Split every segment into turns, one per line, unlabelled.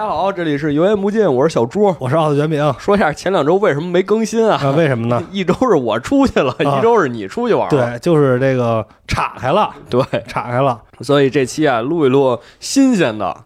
好，这里是油盐不进，我是小朱。
我是奥特卷 饼啊，
说一下前两周为什么没更新啊？
为什么 呢？
一周是我出去了，
啊
一周是你出去玩了。
对，就是这个岔开了，
对
岔开了，
所以这期啊，录一录新鲜的，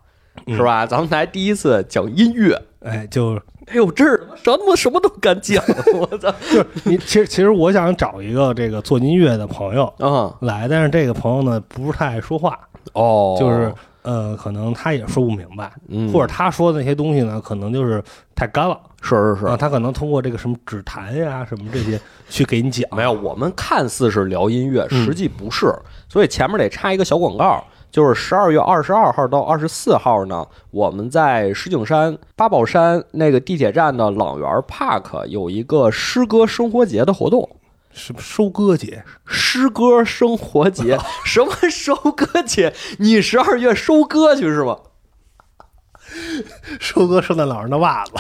嗯
是吧？咱们来第一次讲音乐。
哎， 就
哎呦，这儿什么什么都敢讲， 我操！
就是你，其实其实我想找一个这个做音乐的朋友
啊，
来，但是这个朋友呢不是太爱说话，
哦
就是呃，可能他也说不明白，
嗯
或者他说的那些东西呢，可能就是太干了，
是是
然后
是，
他可能通过这个什么指弹呀、什么这些去给你讲，
没有，我们看似是聊音乐，
嗯
实际不是。所以前面得插一个小广告，就是十二月二十二号到二十四号呢，我们在石景山八宝山那个地铁站的朗园 Park 有一个诗歌生活节的活动。
什么收割节，
诗歌生活节，什么收割节？你十二月收割去是吗？
收割圣诞老人的袜子，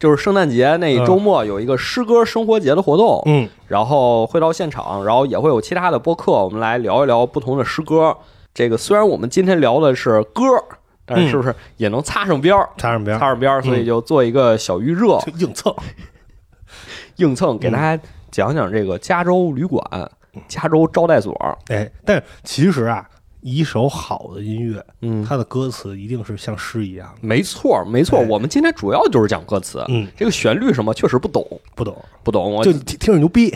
就是圣诞节那一周末有一个诗歌生活节的活动，
嗯，
然后会到现场，然后也会有其他的播客，我们来聊一聊不同的诗歌。这个虽然我们今天聊的是歌，但是是不是也能擦上边儿？
擦上嗯边
擦
儿嗯
上边儿，所以就做一个小预热，
就嗯硬蹭，
硬蹭给大家讲讲这个加州旅馆、加州招待所。
哎，但其实啊，一首好的音乐。
嗯，
它的歌词一定是像诗一样的，
没错，没错，
哎
我们今天主要就是讲歌词。
嗯，
这个旋律什么确实不懂，
不懂
不懂。我
就你听听着牛逼，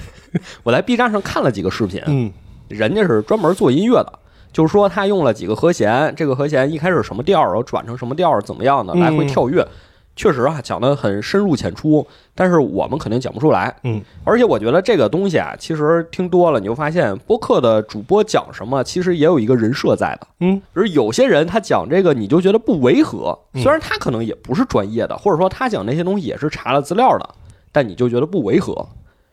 我在 B 站上看了几个视频，
嗯
人家是专门做音乐的，就是说他用了几个和弦，这个和弦一开始什么调儿，然后转成什么调儿，怎么样的，
嗯
来回跳跃。确实啊，讲得很深入浅出，但是我们肯定讲不出来。
嗯，
而且我觉得这个东西啊，其实听多了你就发现，播客的主播讲什么，其实也有一个人设在的。
嗯，
而有些人他讲这个，你就觉得不违和，
嗯
虽然他可能也不是专业的，或者说他讲那些东西也是查了资料的，但你就觉得不违和，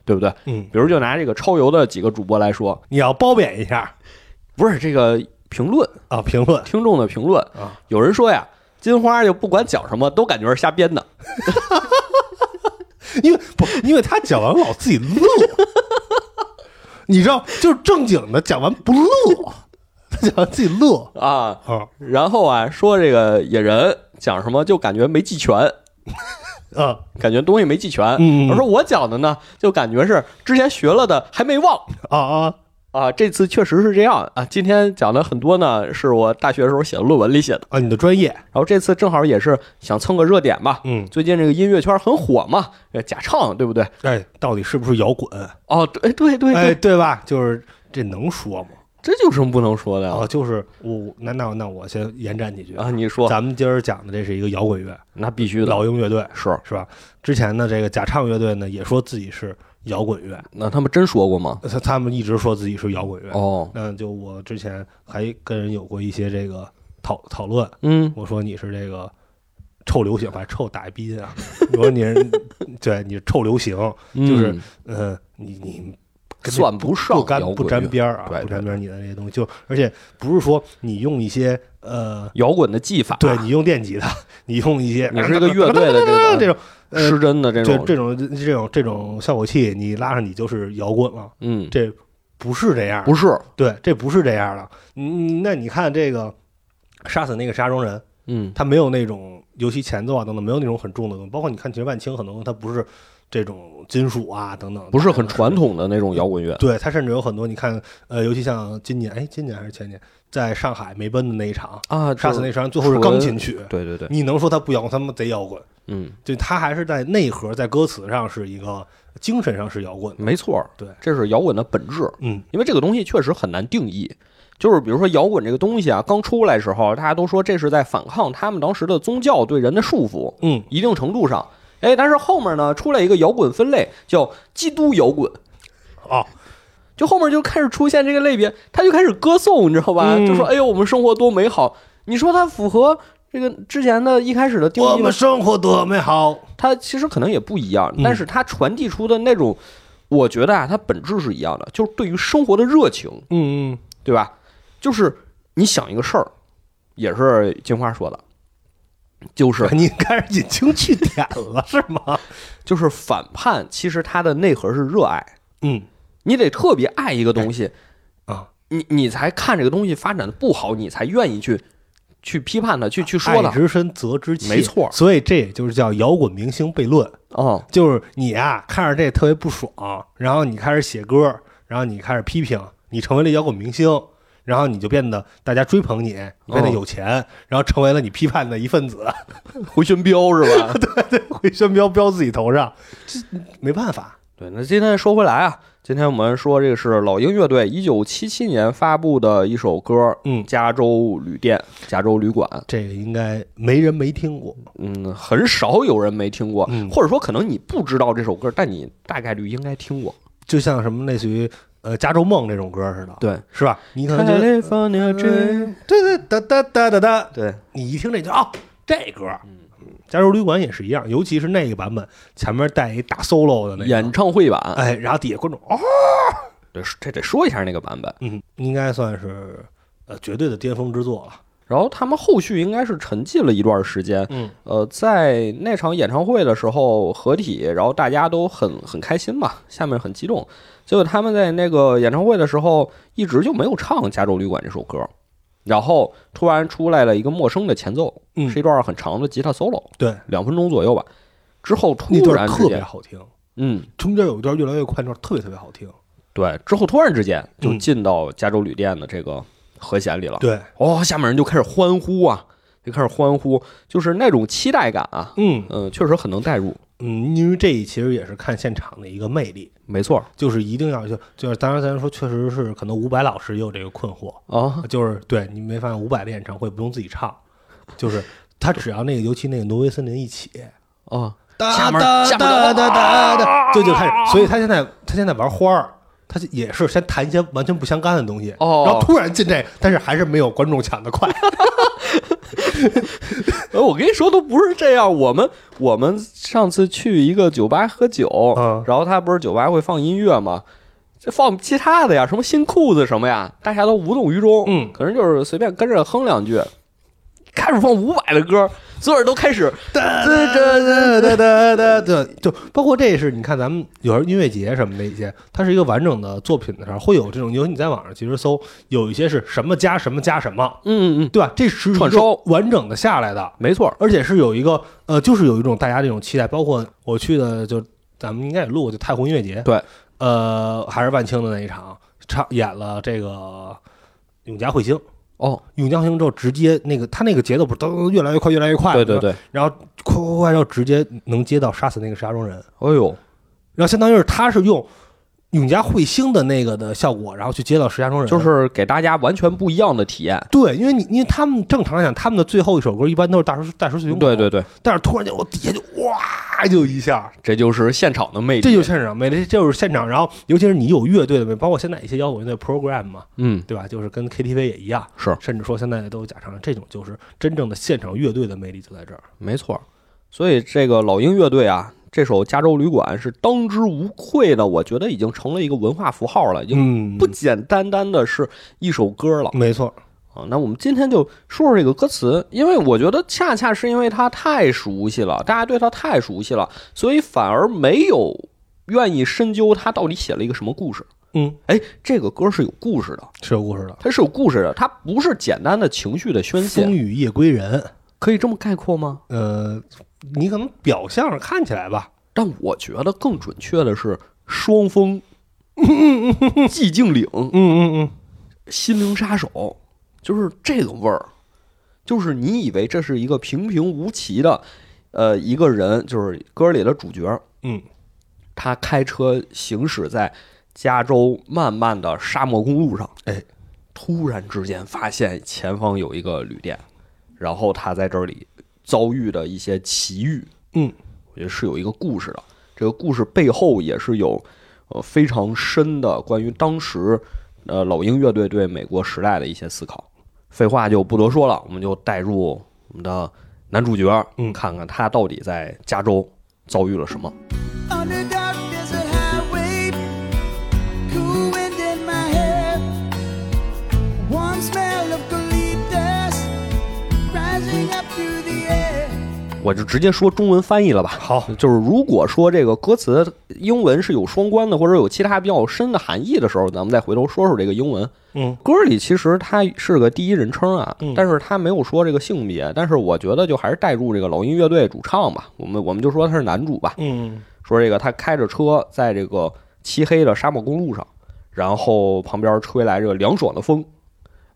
对不对？
嗯，
比如就拿这个超游的几个主播来说，
你要褒贬一下
不是这个评论，
啊，评论
听众的评论
啊，
有人说呀，金花就不管讲什么都感觉是瞎编的，
因为不，因为他讲完老自己乐， 你知道，就是正经的讲完不乐，他讲完自己乐
啊，
啊
然后啊说这个野人讲什么就感觉没记全，
啊，
感觉东西没记全。
嗯
我说我讲的呢，就感觉是之前学了的还没忘
啊啊，
啊，这次确实是这样啊。今天讲的很多呢，是我大学的时候写的论文里写的，
啊，你的专业，
然后这次正好也是想蹭个热点吧。
嗯，
最近这个音乐圈很火嘛，呃假唱对不对？
哎，到底是不是摇滚？
哦，对对对
哎，
对，
对吧？就是这能说吗？
这有什么不能说的呀？
啊，就是我，那那那我先延展几句
啊，你说
咱们今儿讲的这是一个摇滚乐，
那必须的，
老鹰乐队，
是
是吧？之前的这个假唱乐队呢，也说自己是摇滚乐，
那他们真说过吗？
他他们一直说自己是摇滚乐。
哦，
那就我之前还跟人有过一些这个讨讨论，
嗯，
我说你是这个臭流行，还臭打一鼻音啊？ 我说你是，对，你是臭流行，就是
嗯
嗯、你你跟这
算不上
不干
摇滚
不沾
乐
边儿啊，
对
不
对
沾边儿你的这些东西，就而且不是说你用一些呃，
摇滚的技法，
对你用电吉他， 你用一些
啊你是一个乐队的这
这
种
种呃
失真啊的这
这
种，
这种这种这种效果器，你拉上你就是摇滚了，
嗯，
这不是这样，
不是，
对，这不是这样的。嗯，那你看这个杀死那个沙中人，
嗯
他没有那种，尤其前奏啊等等，没有那种很重的东西。包括你看其实万青很多东西，它不是这种金属啊等等，
不是很传统的那种摇滚乐，
对，它甚至有很多你看，呃，尤其像今年，哎，今年还是前年，在上海梅奔的那一场，
啊，
杀死那场最后是钢琴曲，
对对对，
你能说它不摇滚？他们贼摇滚。
嗯，
对，它还是在内核、在歌词上是一个精神上是摇滚的。
没错，
对，
这是摇滚的本质，
嗯
因为这个东西确实很难定义。就是比如说摇滚这个东西啊，刚出来时候，大家都说这是在反抗他们当时的宗教对人的束缚，
嗯，
一定程度上。哎，但是后面呢，出来一个摇滚分类，叫基督摇滚，
哦，
就后面就开始出现这个类别，他就开始歌颂，你知道吧？
嗯
就说哎呦，我们生活多美好。你说它符合这个之前的一开始的定
我
义
们
吗？
生活多美好。
它其实可能也不一样，
嗯
但是它传递出的那种，我觉得啊，它本质是一样的，就是对于生活的热情，
嗯嗯，
对吧？就是你想一个事儿，也是金花说的，就是
你开始引经据典了是吗？
就是反叛，其实它的内核是热爱，
嗯
你得特别爱一个东西，
啊，
你你才看这个东西发展的不好，你才愿意去去批判他，去去说
爱
他。
之深，责之切，
没错
所以这也就是叫摇滚明星悖论，
嗯，
就是你啊看着这特别不爽，然后你开始写歌，然后你开始批评，你成为了摇滚明星，然后你就变得大家追捧你，你变得
哦
有钱，然后成为了你批判的一份子，
回旋镖是 吧？
回旋镖标自己头上，这没办法。
对，那今天说回来啊，今天我们说这个是老鹰乐队一九七七年发布的一首歌，
嗯
《加州旅店》《加州旅馆》，
这个应该没人没听过，
嗯，很少有人没听过，
嗯
或者说可能你不知道这首歌，但你大概率应该听过。
就像什么类似于呃《加州梦》这种歌似的，
对
是吧？你嗯可能觉得，
啊，California
对对哒哒哒哒哒，
对，
你一听这就哦，这歌，
嗯
嗯加州旅馆也是一样，尤其是那个版本，前面带一大 solo 的那
演
个，
唱会版，
哎，然后底下观众哦，
对，这得说一下那个版本。
嗯，应该算是呃绝对的巅峰之作了，
然后他们后续应该是沉寂了一段时间，
嗯，
呃，在那场演唱会的时候合体，然后大家都很很开心嘛，下面很激动。结果他们在那个演唱会的时候一直就没有唱《加州旅馆》这首歌，然后突然出来了一个陌生的前奏，
嗯
是一段很长的吉他 solo，
对，
两分钟左右吧。之后突
那段
然之
特别
间，
好听，
嗯，
中间有一段越来越快，那段特别特别好听，
啊对，之后突然之间就
嗯
进到《加州旅店》的这个和弦里了。
对，
哦，下面人就开始欢呼啊，就开始欢呼，就是那种期待感啊，
嗯
嗯，确实很能代入，
嗯，因为这其实也是看现场的一个魅力。
没错
就是一定要就就是，当然咱说，确实是可能伍佰老师也有这个困惑，
啊，
就是对你没发现伍佰的演唱会不用自己唱，就是他只要那个，尤其那个挪威森林一起，
啊，
哒
下面
哒
下面
哒哒哒哒，啊就就开始，所以他现在他现在玩花儿。他也是先弹一些完全不相干的东西，
哦
然后突然进这，但是还是没有观众抢得快。
呃，我跟你说都不是这样，我们我们上次去一个酒吧喝酒，
嗯
然后他不是酒吧会放音乐吗？这放其他的呀，什么新裤子什么呀，大家都无动于衷，
嗯
可能就是随便跟着哼两句。开始放伍佰的歌，所有人都开始
哒哒哒哒哒哒，就包括这是你看咱们有时候音乐节什么的一些，它是一个完整的作品的时候，会有这种，尤其你在网上其实搜，有一些是什么加什么加什么，
嗯嗯嗯，
对吧？这是一个
串烧
完整的下来的，
没错，
而且是有一个呃，就是有一种大家这种期待，包括我去的就咱们应该也录过，就太湖音乐节，
对，
呃，还是万青的那一场，唱演了这个永嘉彗星。
哦，
永嘉彗星之后，直接那个他那个节奏不是噔越来越快，越来越快，
对哎对对，
然后快快快，然后直接能接到杀死那个石家庄人，
哎呦，
然后相当于是他是用永嘉彗星的那个的效果，然后去接到石家庄人，
就是给大家完全不一样的体验。
对，因为你因为他们正常来讲，他们的最后一首歌一般都是大叔大叔最勇，
对，对对，
但是突然间我底下就哇就一下，
这就是现场的魅力。
这就是现场美，这就是现场，然后尤其是你有乐队的魅力，包括现在一些摇滚乐队 program 嘛，
嗯，
对吧？就是跟 KTV 也一样，
是
甚至说现在都有假唱，这种就是真正的现场乐队的魅力就在这儿，
没错。所以这个老鹰乐队啊，这首《加州旅馆》是当之无愧的，我觉得已经成了一个文化符号了，已经
嗯
不简单单的是一首歌了
没错，
啊。那我们今天就说说这个歌词，因为我觉得恰恰是因为它太熟悉了，大家对它太熟悉了，所以反而没有愿意深究它到底写了一个什么故事。
嗯，
哎，这个歌是有故事的，
是有故事的。
它是有故事的，它不是简单的情绪的宣
风
泄，
雨夜归人，
可以这么概括吗？
呃，你可能表象上看起来吧，
但我觉得更准确的是双峰、寂静岭、
嗯嗯
心灵杀手，就是这个味儿，就是你以为这是一个平平无奇的，呃，一个人，就是歌里的主角，
嗯
他开车行驶在加州漫漫的沙漠公路上，
哎，
突然之间发现前方有一个旅店，然后他在这里遭遇的一些奇遇，
嗯
我觉得是有一个故事的。这个故事背后也是有呃非常深的关于当时呃老鹰乐队对美国时代的一些思考。废话就不多说了，我们就带入我们的男主角，
嗯
看看他到底在加州遭遇了什么。
On the dark desert highway, cool wind in my hair, warm smell of colitas rising up through the air.
我我就直接说中文翻译了吧。
好，
就是如果说这个歌词英文是有双关的，或者有其他比较深的含义的时候，咱们再回头说说这个英文。
嗯，
歌里其实它是个第一人称啊
嗯，
但是它没有说这个性别，但是我觉得就还是带入这个老鹰乐队主唱吧，我们我们就说他是男主吧，
嗯，
说这个他开着车在这个漆黑的沙漠公路上，然后旁边吹来这个凉爽的风，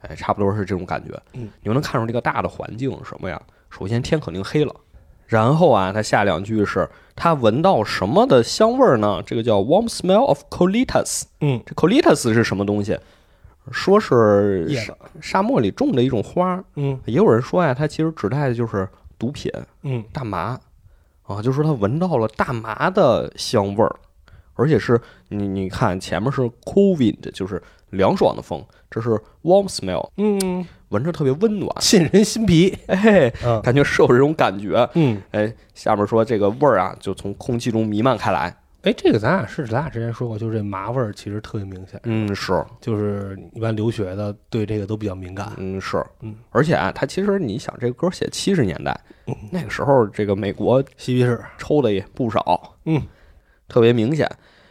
哎，差不多是这种感觉。
嗯
你就能看出这个大的环境是什么呀？首先天肯定黑了，然后啊，他下两句是他闻到什么的香味儿呢？这个叫 warm smell of colitas。
嗯，
这 colitas 是什么东西？说是
叶
沙
子，
沙漠里种的一种花，
嗯
也有人说呀、它其实指代的就是毒品。
嗯
大麻啊，就说他闻到了大麻的香味儿，而且是你你看前面是 cool wind，就是凉爽的风，这是 warm smell，
嗯，
闻着特别温暖，
沁人心脾，
哎，
嗯
感觉是有这种感觉。
嗯，
哎，下面说这个味儿啊，就从空气中弥漫开来。
哎，这个咱俩是咱俩之前说过，就是这麻味儿其实特别明显，
嗯，是，
就是一般留学的对这个都比较敏感，
嗯是
嗯，
而且啊，他其实你想，这歌写七十年代
嗯，
那个时候这个美国
嬉皮士，
抽的也不少，
嗯，
特别明显。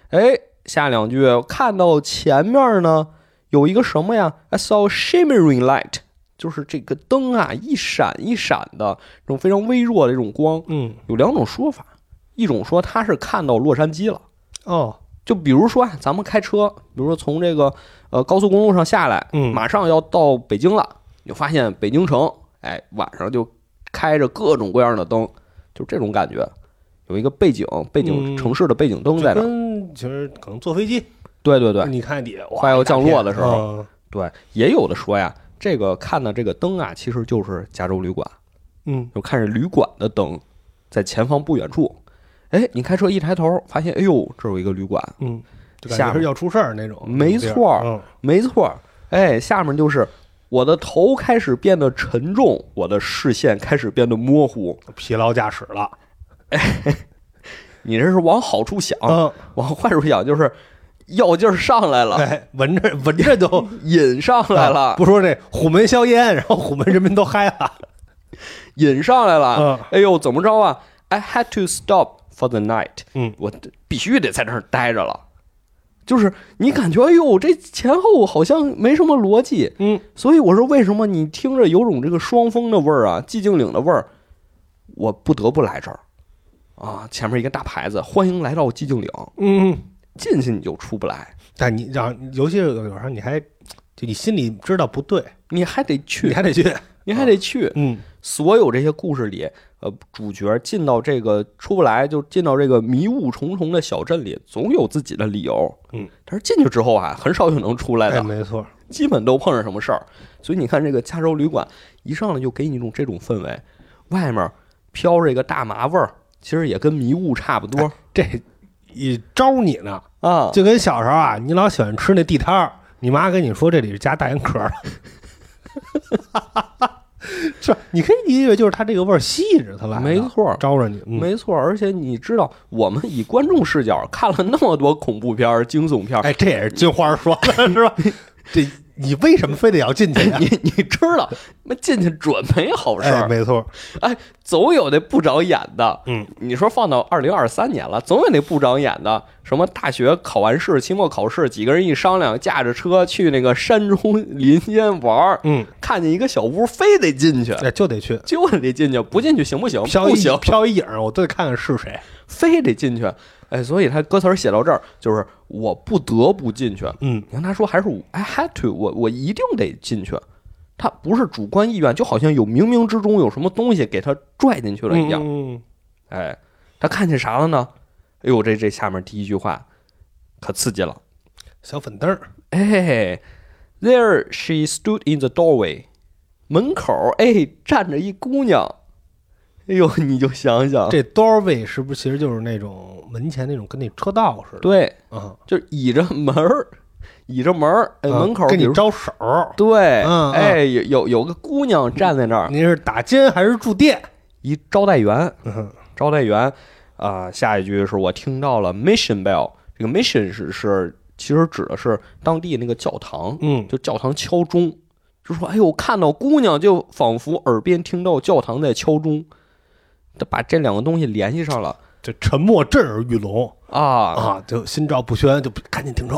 哎，下两句看到前面呢有一个什么呀？I saw a shimmering light，就是这个灯啊，一闪一闪的，这种非常微弱的这种光。
嗯，
有两种说法，一种说他是看到洛杉矶了，
哦，
就比如说啊，咱们开车，比如说从这个呃高速公路上下来，
嗯
马上要到北京了，你就发现北京城，哎，晚上就开着各种各样的灯，就这种感觉，有一个背景，背景
嗯
城市的背景灯
就
在那儿，
跟其实可能坐飞机，
对对对，
你看底下哇
快要
一大
降
片
落的时候，
嗯
对，也有的说呀，这个看的这个灯啊，其实就是加州旅馆，
嗯，
就看着旅馆的灯，在前方不远处，哎，你开车一抬头，发现，哎呦，这有一个旅馆，
嗯，就感
下
觉
面
是要出事儿那种，
没错儿
嗯
没错儿，哎，下面就是我的头开始变得沉重，我的视线开始变得模糊。
疲劳驾驶了，
你这是往好处想，
嗯，
往坏处想就是药劲儿上来了，
哎，闻着闻着都
瘾上 来了，
啊不说这虎门销烟，然后虎门人民都嗨了，
瘾上来了。
嗯
哎呦，怎么着啊？I had to stop for the night。
嗯，
我必须得在那儿待着了。就是你感觉，哎呦，这前后好像没什么逻辑，
嗯，
所以我说，为什么你听着有种这个双峰的味儿啊，寂静岭的味儿，我不得不来这儿啊！前面一个大牌子，欢迎来到寂静岭，
嗯，
进去你就出不来，
但你让，尤其是有时候你还就你心里知道不对，
你还得
你
去，
还得去，
你还得去。
嗯
所有这些故事里，呃，主角进到这个出不来，就进到这个迷雾重重的小镇里，总有自己的理由。
嗯，
但是进去之后啊，很少有能出来的。
哎，没错，
基本都碰上什么事儿。所以你看，这个加州旅馆一上来就给你一种这种氛围，外面飘着一个大麻味儿，其实也跟迷雾差不多、
这一招你呢，
啊。
就跟小时候啊，你老喜欢吃那地摊儿，你妈跟你说这里是加大盐壳儿。 是吧，你可以理解就是它这个味儿吸引着它来的，
没错儿
招着你，嗯、
没错，而且你知道，我们以观众视角看了那么多恐怖片儿、惊悚片儿，
哎，这也是金花说的是吧？ 这你为什么非得要进去 呀、
你 你知道，那进去准没好事
哎，
儿，
没错，
总有那不长眼的。
嗯，
你说放到二零二三年了，总有那不长眼的，什么大学考完试、期末考试，几个人一商量，驾着车去那个山中林间玩儿，
嗯，
看见一个小屋，非得进去，
哎，就得去
就得进去，不进去行不行？
飘
哦不
一
行，
飘一影儿，我都得看看是谁。
非得进去。哎，所以他歌词儿写到这儿，就是我不得不进去。
嗯，
你看他说还是我 I had to，我我一定得进去。他不是主观意愿，就好像有冥冥之中有什么东西给他拽进去了一样。
嗯，
哎，他看见啥了呢？哎呦，这这下面第一句话可刺激了。
小粉灯儿，
哎，There she stood in the doorway，门口哎站着一姑娘，哎呦，你就想想，
这 doorway 是不是其实就是那种门前那种跟那车道似的？
对，
啊，
就是倚着门儿，倚着门儿，哎，
啊
门口
跟
比
你
如啊
招手儿，
对，
嗯嗯
哎，有有有个姑娘站在那儿，
您是打尖还是住店？
一招待员，
嗯
招待员啊、下一句是我听到了 mission bell，这个 mission 是是其实指的是当地那个教堂，
嗯
就教堂敲钟，就说：“哎呦，看到姑娘，就仿佛耳边听到教堂在敲钟。”他把这两个东西联系上了
这沉默震耳欲聋
啊，
啊，就心照不宣，就赶紧停车。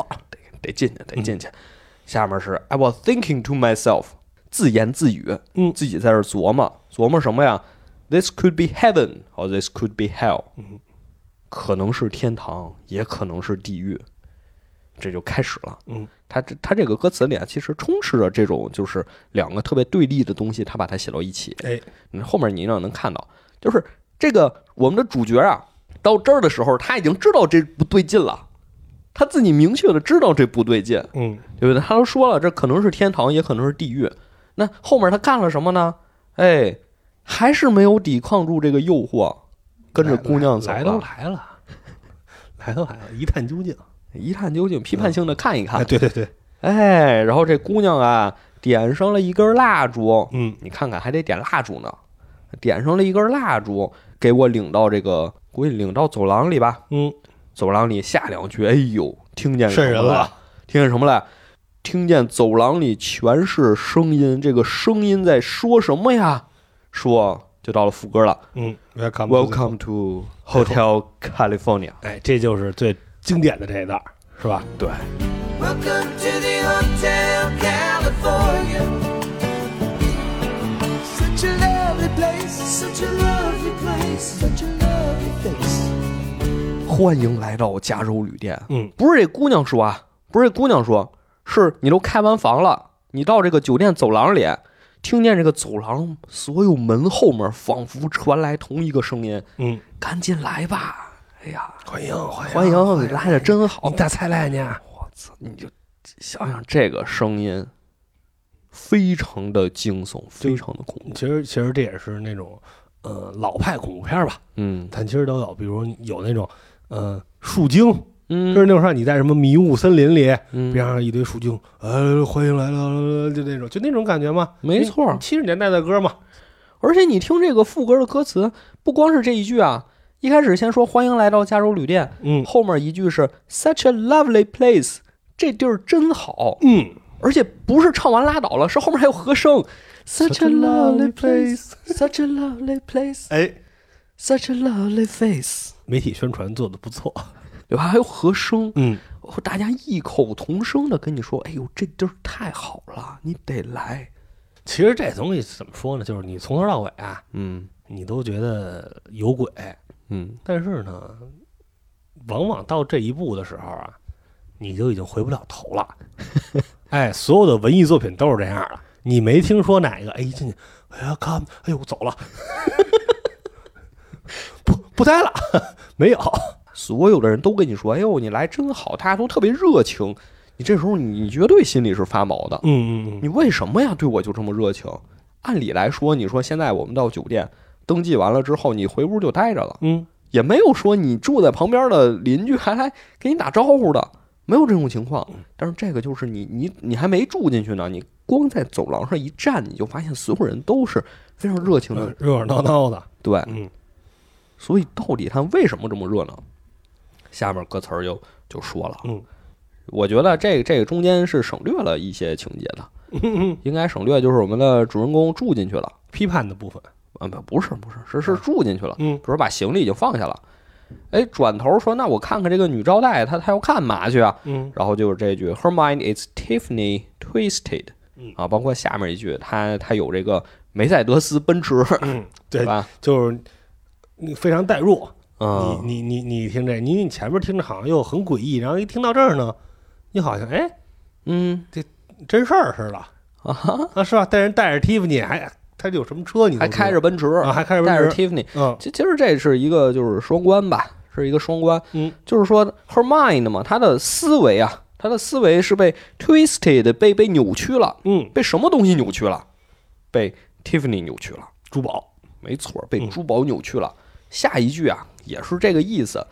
得进去，得进去。下面是 I was thinking to myself，自言自语，
嗯
自己在这儿琢磨琢磨什么呀？This could be heaven or this could be hell，
嗯
可能是天堂，也可能是地狱。这就开始了。
嗯，
他这他这个歌词里啊，其实充斥着这种就是两个特别对立的东西，他把它写到一起。
哎，
你后面你也能看到，就是这个我们的主角啊，到这儿的时候他已经知道这不对劲了，他自己明确的知道这不对劲，
嗯，
对不对？他都说了，这可能是天堂，也可能是地狱。那后面他干了什么呢？哎，还是没有抵抗住这个诱惑，跟着姑娘走
来都
了，啊
来了， 来都来了，一探究竟。
一探究竟，批判性的看一
哎，
看。
对对对，
嗯哎，然后这姑娘啊，点上了一根蜡烛，
嗯，
你看看还得点蜡烛呢，点上了一根蜡烛，给我领到这个，估计领到走廊里吧。
嗯，
走廊里下两句，哎呦，听见什么
瘆人了，
听见什么了？听见走廊里全是声音，这个声音在说什么呀？说就到了副歌了
嗯，Welcome to the-
，Welcome to Hotel California。
哎，这就是最经典的这一段儿，是吧？
对，
Welcome to the Hotel California. Such a lovely place, such a lovely place, such a lovely place.
欢迎来到加州旅店。
嗯，
不是这姑娘说啊，不是这姑娘说，是你都开完房了，你到这个酒店走廊里，听见这个走廊所有门后面仿佛传来同一个声音
嗯，：“
赶紧来吧！”哎呀，
欢迎欢
欢迎，来的真好。
大菜来呢？
你就想想这个声音，非常的惊悚，非常的恐怖。
其实其实这也是那种呃老派恐怖片儿吧，
嗯
咱其实都有，比如有那种呃树精，就
嗯
是那种你在什么迷雾森林里，
嗯
边上一堆树精，呃，欢迎来到，就那种就那种感觉嘛，
没错儿
七十年代的歌嘛，
而且你听这个副歌的歌词，不光是这一句啊，一开始先说欢迎来到加州旅店，
嗯
后面一句是 such a lovely place，这地儿真好，
嗯，
而且不是唱完拉倒了，是后面还有和声，such a lovely place，such a lovely place，such
哎，
a lovely face，
媒体宣传做的不错，
对吧？还有和声，
嗯，
哦大家异口同声的跟你说，哎呦，这地儿太好了，你得来，
其实这东西怎么说呢，就是你从头到尾啊，
嗯
你都觉得有鬼，
嗯，
但是呢，往往到这一步的时候啊，你就已经回不了头了。哎，所有的文艺作品都是这样的，你没听说哪个哎一进去，哎呀看，哎呦走了，不不待了，没 有，
所有的人都跟你说，哎呦，你来真好，大家都特别热情，你这时候你你绝对心里是发毛的，
嗯嗯
你为什么呀对我就这么热情？按理来说，你说现在我们到酒店登记完了之后，你回屋就待着了，
嗯
也没有说你住在旁边的邻居还来给你打招呼的，没有这种情
嗯
况。但是这个就是你你你还没住进去呢，你光在走廊上一站，你就发现所有人都是非常热情的
嗯，，热热闹闹的，
对。
嗯
所以到底他为什么这么热闹？下面歌词儿就就说了，啊
嗯，
我觉得这这个中间是省略了一些情节的，
嗯
应该省略就是我们的主人公住进去了。
批判的部分，
啊，不，不是，不是，是是住进去了，
嗯
比如把行李已经放下了，哎，转头说，那我看看这个女招待，她她要干嘛去啊？
嗯
然后就是这句，Her mind is Tiffany twisted，啊，
嗯
包括下面一句，她她有这个梅赛德斯奔驰，
嗯，
对
对，
吧？
就是你非常代入，
嗯，
你你你你听这，你你前面听着好像又很诡异，然后一听到这儿呢，你好像哎
嗯，
真事儿似的啊是吧？但是带着 Tiffany 还他有什么车你都
还开着奔驰，
不知道啊，还开着
带着
奔驰，
Tiffany，
嗯
其其实这是一个就是双关吧，是一个双关，
嗯
就是说 her mind 嘛，她的思维啊，她的思维是被 twisted，被被扭曲了，
嗯，
被什么东西扭曲了？被 Tiffany 扭曲了，
珠宝，
没错，被珠宝扭曲了。下一句啊，也是这个意思。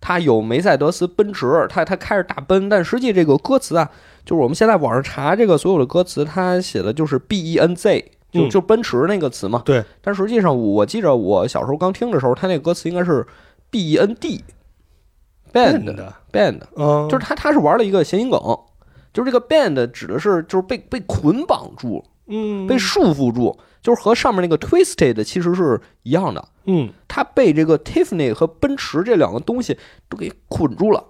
他有梅赛德斯奔驰，他他开着大奔，但实际这个歌词啊，就是我们现在网上查这个所有的歌词，他写的就是 B E N Z，就
嗯
就奔驰那个词嘛。
对，
但实际上，我记着我小时候刚听的时候，他那个歌词应该是 B E N D band
的，
band，
嗯，
就是他他是玩了一个谐音梗，就是这个 band 指的是就是被被捆绑住，
嗯
被束缚住，就是和上面那个 Twisted 其实是一样的，
嗯
它被这个 Tiffany 和奔驰这两个东西都给捆住了，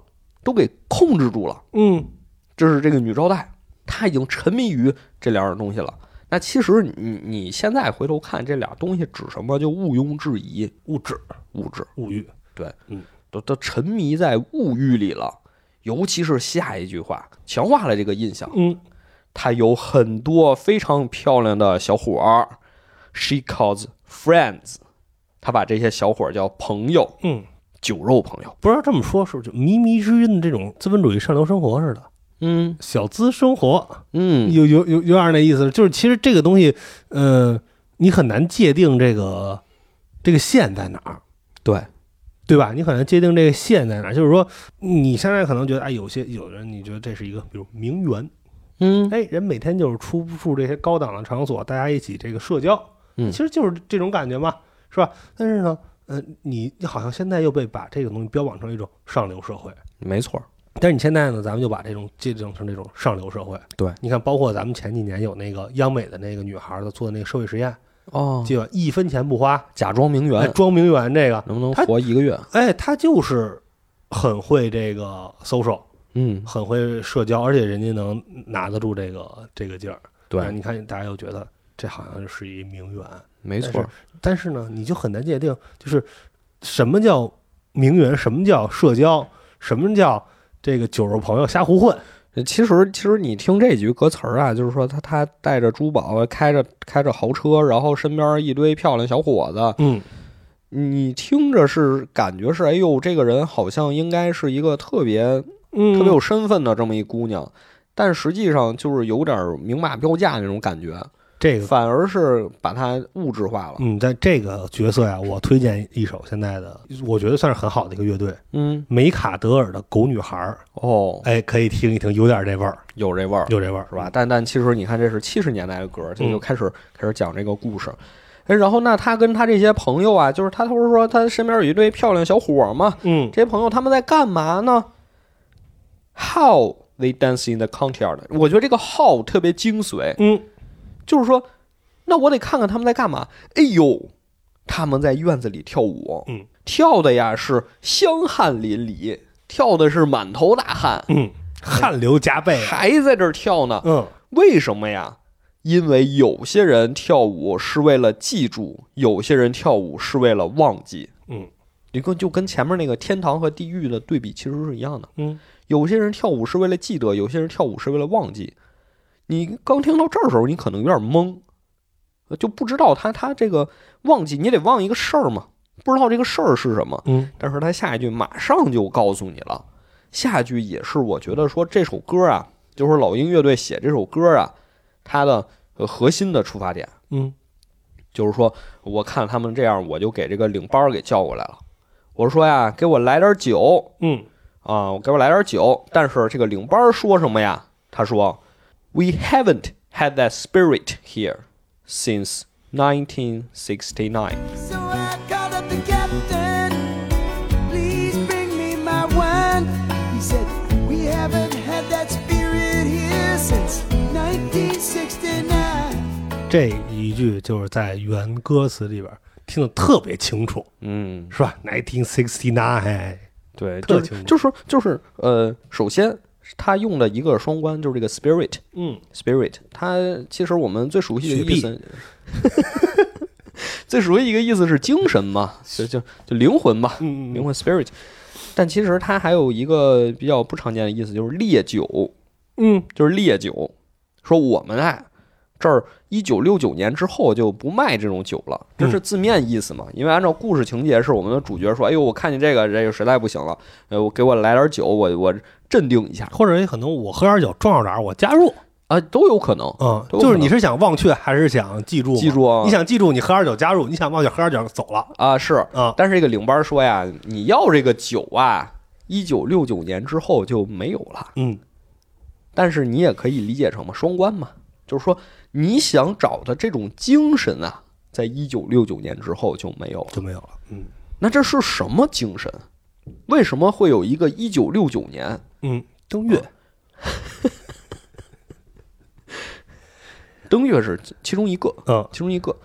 都给控制住了。
嗯
这是这个女招待，她已经沉迷于这两样东西了。那其实你你现在回头看这俩东西指什么，就毋庸置疑，物质，物质
物欲，
都都沉迷在物欲里了。尤其是下一句话，强化了这个印象。
嗯
她有很多非常漂亮的小伙儿，she calls friends，她把这些小伙儿叫朋友，
嗯，
酒肉朋友。
不知道这么说是不是就靡靡之音的这种资本主义上流生活似的，
嗯
小资生活，
嗯，
有有有有点那意思，就是其实这个东西，呃，你很难界定这个这个线在哪儿。
对，
对吧？你很难界定这个线在哪儿，就是说，你现在可能觉得，哎，有些有的人你觉得这是一个，比如名媛，
嗯
哎，人每天就是出不出这些高档的场所，大家一起这个社交，
嗯
其实就是这种感觉嘛，是吧？但是呢，呃，你你好像现在又被把这个东西标榜成一种上流社会，
没错儿，
但是你现在呢，咱们就把这种界定成这种上流社会。
对，
你看，包括咱们前几年有那个央美的那个女孩儿的做的那个社会实验，
哦，
记得吧一分钱不花，
假装名
哎
媛
装名媛这个，
能不能
她
活一个月？
哎，她就是很会这个 social，
嗯，
很会社交，而且人家能拿得住这个这个劲儿。
对
啊，你看大家又觉得这好像是一名媛，
没
但
错
是。但是呢，你就很难界定，就是什么叫名媛，什么叫社交，什么叫这个酒肉朋友瞎胡混。
呃其实，其实你听这几句歌词儿啊，就是说他他带着珠宝，啊开着开着豪车，然后身边一堆漂亮小伙子，
嗯
你听着是感觉是，哎呦，这个人好像应该是一个特别
嗯
特别有身份的这么一姑娘，但实际上就是有点明码标价那种感觉，
这个，
反而是把它物质化了。
嗯，但这个角色呀、我推荐一首现在的，我觉得算是很好的一个乐队，
嗯，
梅卡德尔的《狗女孩》儿，
哦，
哎，可以听一听，有点这味儿，
有这味儿。
有这味儿，
是吧？？但但其实你看，这是七十年代的歌，这就
嗯
开始、开始讲这个故事。哎，然后那他跟他这些朋友啊，就是他他不是说他身边有一堆漂亮小伙儿嘛，
嗯，
这些朋友他们在干嘛呢？How they dance in the courtyard？我觉得这个 how 特别精髓，
嗯，
就是说，那我得看看他们在干嘛。哎呦，他们在院子里跳舞，
嗯，
跳的呀是香汗淋漓，跳的是满头大汗，
嗯，汗流浃背啊，
还在这儿跳呢。
嗯，
为什么呀？因为有些人跳舞是为了记住，有些人跳舞是为了忘记。
嗯，
你跟就跟前面那个天堂和地狱的对比其实是一样的。
嗯，
有些人跳舞是为了记得，有些人跳舞是为了忘记。你刚听到这儿的时候，你可能有点懵，呃就不知道他他这个忘记，你得忘一个事儿嘛，不知道这个事儿是什么。
嗯，
但是他下一句马上就告诉你了，下一句也是我觉得说这首歌啊，就是老鹰乐队写这首歌啊，它的呃核心的出发点
嗯，
就是说，我看他们这样，我就给这个领班儿给叫过来了，我说呀，给我来点酒
嗯，
啊，我给我来点酒。但是这个领班儿说什么呀？他说，We haven't had that spirit here since 1969。
So I called up the captain. Please bring me my wine. He said, We haven't had that spirit here since 1969.
这一句就是在原歌词里边听得特别清楚，
嗯，
是吧？Nineteen sixty nine，
对，就
特
是
清楚
就是说就是呃，首先他用的一个双关就是这个 spirit
嗯
spirit，它其实我们最熟悉的一个意
雪
思，最熟悉一个意思是精神嘛，就就就灵魂嘛，
嗯
灵魂 spirit。但其实它还有一个比较不常见的意思，就是烈酒，
嗯
就是烈酒。说我们啊，这儿一九六九年之后就不卖这种酒了，这
嗯
是字面意思嘛？因为按照故事情节是我们的主角说，哎呦，我看见这个，这个实在不行了，呃，我给我来点酒，我我镇定一下
或者也可能我喝点酒壮着胆儿我加入，
啊，都有可能。
嗯，
都有
就
可
是
能
你是想忘却还是想记住嘛？
记住啊
你想记住你喝点酒加入，你想忘却喝点酒走了
啊，是，
啊？
但是这个领班说呀，你要这个酒啊，一九六九年之后就没有了。
嗯
但是你也可以理解成嘛，双关嘛，就是说你想找的这种精神啊，在一九六九年之后就没有了。
就没有了，嗯
那这是什么精神？为什么会有一个一九六九年？
嗯，登月，
登月是其中一个，
嗯
其中一个。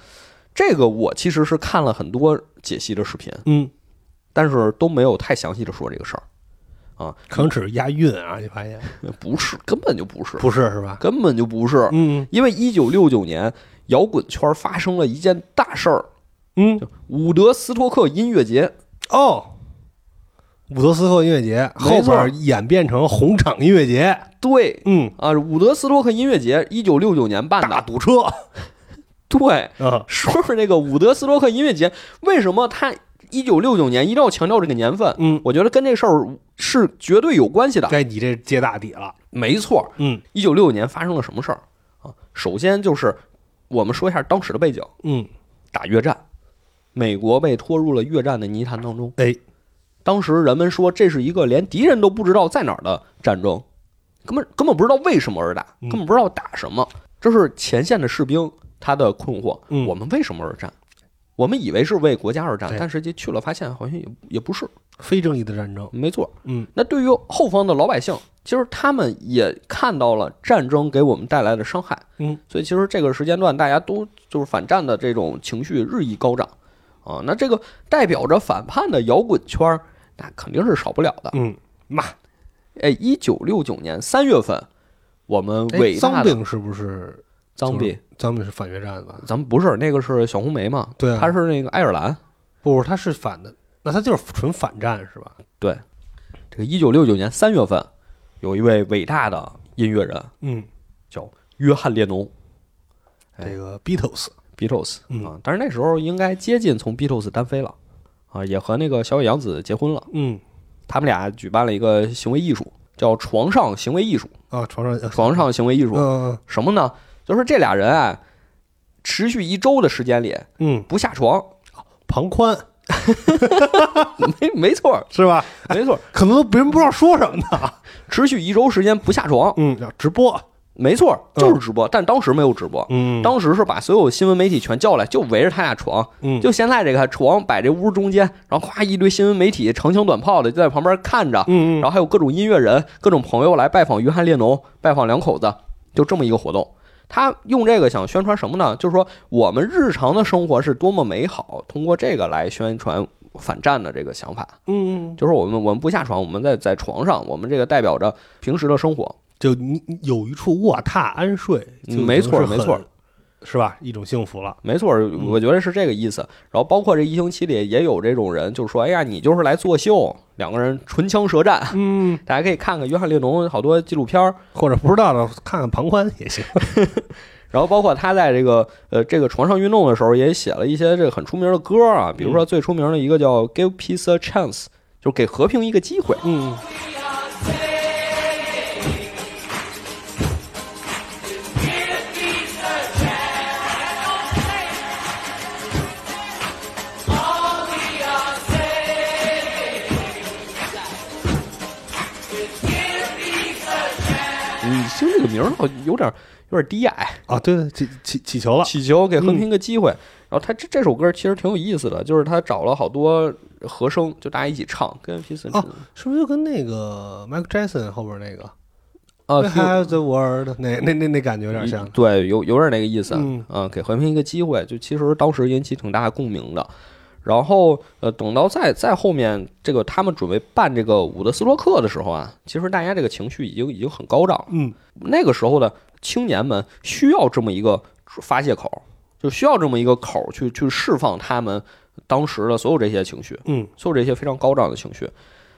这个我其实是看了很多解析的视频，
嗯，
但是都没有太详细的说这个事儿。
可能只是押韵啊，你发现
不是，根本就不是，
不是是吧？
根本就不是，
嗯
因为一九六九年摇滚圈发生了一件大事儿
嗯
——伍德斯托克音乐节。
哦，伍德斯克音乐节后
没错
边演变成红场音乐节，
对
嗯，
啊，伍德斯托克音乐节，一九六九年办
大
的。
堵车，
对，
嗯
说说这个伍德斯托克音乐节，为什么他一九六九年一定要强调这个年份？
嗯，
我觉得跟这事儿是绝对有关系的。
该你这接大底了，
没错，
嗯
一九六九年发生了什么事儿啊？首先就是我们说一下当时的背景，
嗯，
打越战，美国被拖入了越战的泥潭当中。
哎，
当时人们说这是一个连敌人都不知道在哪儿的战争，根本根本不知道为什么而打，
嗯
根本不知道打什么。这是前线的士兵他的困惑：
嗯
我们为什么而战？我们以为是为国家而战
对，
但实际去了发现好像也也不是，
非正义的战争，
没错。
嗯
那对于后方的老百姓，其实他们也看到了战争给我们带来的伤害，
嗯，
所以其实这个时间段大家都就是反战的这种情绪日益高涨啊。那这个代表着反叛的摇滚圈儿，那肯定是少不了的。
嗯，骂，
哎，一九六九年三月份，我们
哎，
伟
脏
大的
病是不是
脏病，，
脏病是反越战的吧？
咱们不是那个是小红梅嘛？
对啊
他是那个爱尔兰。
不，他是反的，那他就是纯反战是吧？
对，这个一九六九年三月份，有一位伟大的音乐人
嗯，
叫约翰列侬。哎
这个 Beatles，
Beatles
嗯
啊，但是那时候应该接近从 Beatles 单飞了啊，也和那个小野洋子结婚了。
嗯，
他们俩举办了一个行为艺术，叫床上行为艺术。
啊，床上，
床上行为艺术、
嗯
什么呢？就是这俩人啊，持续一周的时间里
嗯，
不下床，
庞宽
没没错儿，
是 吧？
没错儿，
可能别人不知道说什么呢。
持续一周时间不下床，
嗯，直播，
没错儿，就是直播，但当时没有直播。
嗯
当时是把所有新闻媒体全叫来，就围着他俩床，
嗯
就现在这个床摆这屋中间，然后咵一堆新闻媒体长枪短炮的就在旁边看着，
嗯
然后还有各种音乐人、各种朋友来拜访约翰列侬，拜访两口子，就这么一个活动。他用这个想宣传什么呢？就是说我们日常的生活是多么美好，通过这个来宣传反战的这个想法。
嗯，
就是我们我们不下床，我们在在床上，我们这个代表着平时的生活。
就你你有一处卧榻安睡，就
嗯没错
已经是很
没错，
是吧？一种幸福了。
没错，我觉得是这个意思。然后包括这一星期里也有这种人，就是说，哎呀，你就是来作秀，两个人唇枪舌战。
嗯，
大家可以看看约翰列侬好多纪录片儿，
或者不知道的看看庞宽也行。
然后包括他在这个呃这个床上运动的时候，也写了一些这个很出名的歌啊，比如
嗯
说最出名的一个叫《Give Peace a Chance》，就是给和平一个机会。
嗯，
你听嗯这个名儿，好像有点有点低矮，
啊，对对，祈祈祈求了。
祈求给和平一个机会。
嗯
然后他这这首歌其实挺有意思的，就是他找了好多和声，就大家一起唱，跟 Peace a
哦
Chance。
是不是就跟那个 Michael Jackson 后边哦那个
啊
We Have the World 那那那那感觉有点像？
对，有有点那个意思，
嗯
啊，给和平一个机会，就其实当时引起挺大共鸣的。然后，呃，等到再再后面，这个他们准备办这个伍德斯托克的时候啊，其实大家这个情绪已经已经很高涨了。
嗯
那个时候的青年们需要这么一个发泄口，就需要这么一个口去去释放他们当时的所有这些情绪。
嗯
所有这些非常高涨的情绪。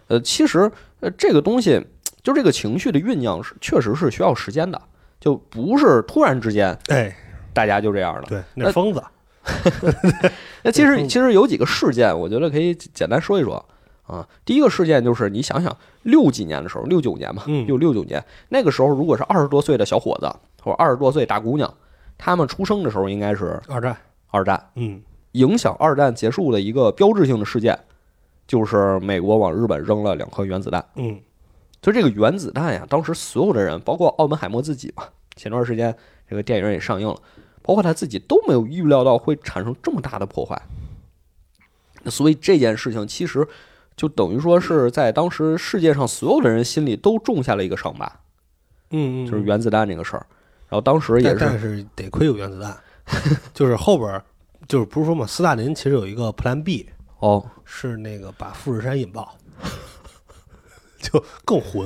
呃，其实呃，这个东西就这个情绪的酝酿是确实是需要时间的，就不是突然之间
哎，
大家就这样了。
对，那是疯子。
那其
对
实
嗯
其实有几个事件，我觉得可以简单说一说啊。第一个事件就是你想想，六几年的时候，六九年嘛，
嗯
六六九年那个时候，如果是二十多岁的小伙子或者二十多岁大姑娘，他们出生的时候应该是
二战，
二战，
嗯
影响二战结束的一个标志性的事件，就是美国往日本扔了两颗原子弹。
嗯
就这个原子弹呀，当时所有的人，包括奥本海默自己嘛，前段时间这个电影也上映了，包括他自己都没有预料到会产生这么大的破坏。那所以这件事情其实就等于说是在当时世界上所有的人心里都种下了一个伤疤，
嗯嗯，
就是原子弹这个事儿。然后当时也
但
是
但是得亏有原子弹， 就是后边儿就是不是说嘛，斯大林其实有一个 Plan B，
哦，
是那个把富士山引爆， 就更混。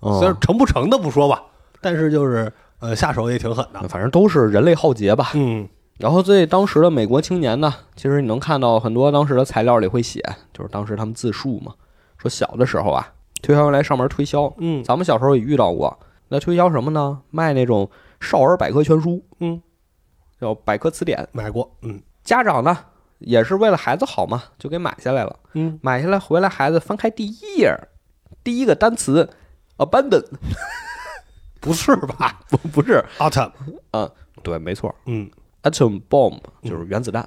嗯
虽然成不成的不说吧，但是就是呃下手也挺狠的。
嗯反正都是人类浩劫吧。
嗯，
然后对当时的美国青年呢，其实你能看到很多当时的材料里会写，就是当时他们自述嘛，说小的时候啊，推销员来上门推销，
嗯
咱们小时候也遇到过。那推销什么呢？卖那种少儿百科全书，
嗯，
叫百科词典。
买过，嗯
家长呢也是为了孩子好嘛，就给买下来了。
嗯，
买下来回来，孩子翻开第一页儿，第一个单词 abandon
不是吧
不不是，
？Atom，
对，没错
嗯
，atom bomb 就是原子弹，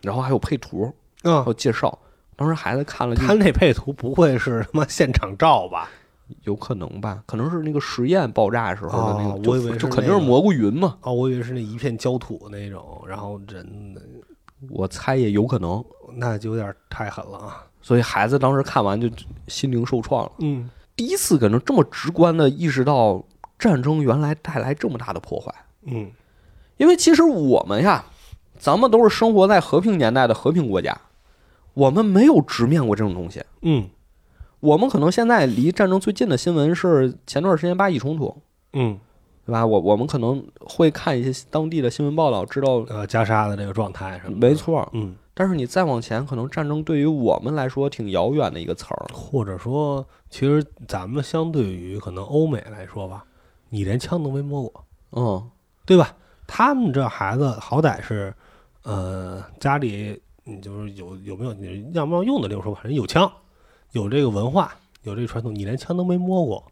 然后还有配图，还
啊，
有介绍。当时孩子看了就，
他那配图不会是他妈现场照吧？
有可能吧，可能是那个实验爆炸时候的那个，
哦
就
我以为
就是肯定是
那个
蘑菇云嘛，
哦，我以为是那一片焦土那种，然后人
我猜也有可能。
那就有点太狠了啊。
所以孩子当时看完就心灵受创了，
嗯，
第一次可能这么直观的意识到战争原来带来这么大的破坏。
嗯，
因为其实我们呀，咱们都是生活在和平年代的和平国家，我们没有直面过这种东西。
嗯，
我们可能现在离战争最近的新闻是前段时间巴以冲突，
嗯，
对吧？我我们可能会看一些当地的新闻报道，知道
呃，加沙的这个状态什么的
没，错。
嗯，
但是你再往前，可能战争对于我们来说挺遥远的一个词儿。
或者说，其实咱们相对于可能欧美来说吧，你连枪都没摸过，
嗯，
对吧？他们这孩子好歹是，呃，家里你就是有有没有你要不要用的这种说法，人有枪，有这个文化，有这个传统，你连枪都没摸过，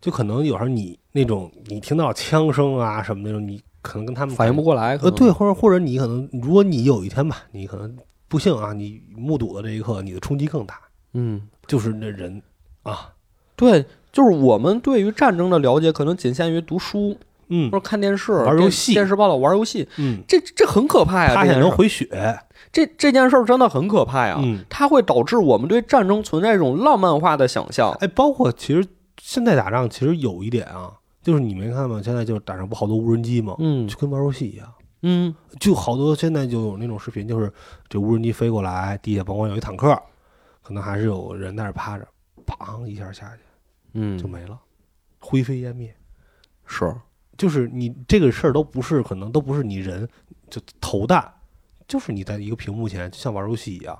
就可能有时候你那种你听到枪声啊什么那种，你可能跟他
嗯
们
反应不过来。可
呃，
能
对，，或者或者你可能，如果你有一天吧，你可能不幸啊，你目睹的这一刻，你的冲击更大，
嗯，
就是那人啊，
对，就是我们对于战争的了解，可能仅限于读书
嗯
或者看电视、
玩
电
游戏
电视报道、玩游戏。
嗯，
这这很可怕哎呀！
他
这
也
件事
能
儿
回血，
这这件事儿真的很可怕呀，
嗯，
它会导致我们对战争存在一种浪漫化的想象。
哎，包括其实现在打仗，其实有一点啊，就是你没看吗？现在就是打仗不好多无人机吗？
嗯
就跟玩游戏一样，
嗯
就好多现在就有那种视频，就是这无人机飞过来，地下甭管有一坦克，可能还是有人在那儿趴着，砰一下下去就
嗯，
没了，灰飞烟灭。
是
就是你这个事儿都不是，可能都不是你人就投弹，就是你在一个屏幕前，就像玩游戏一样，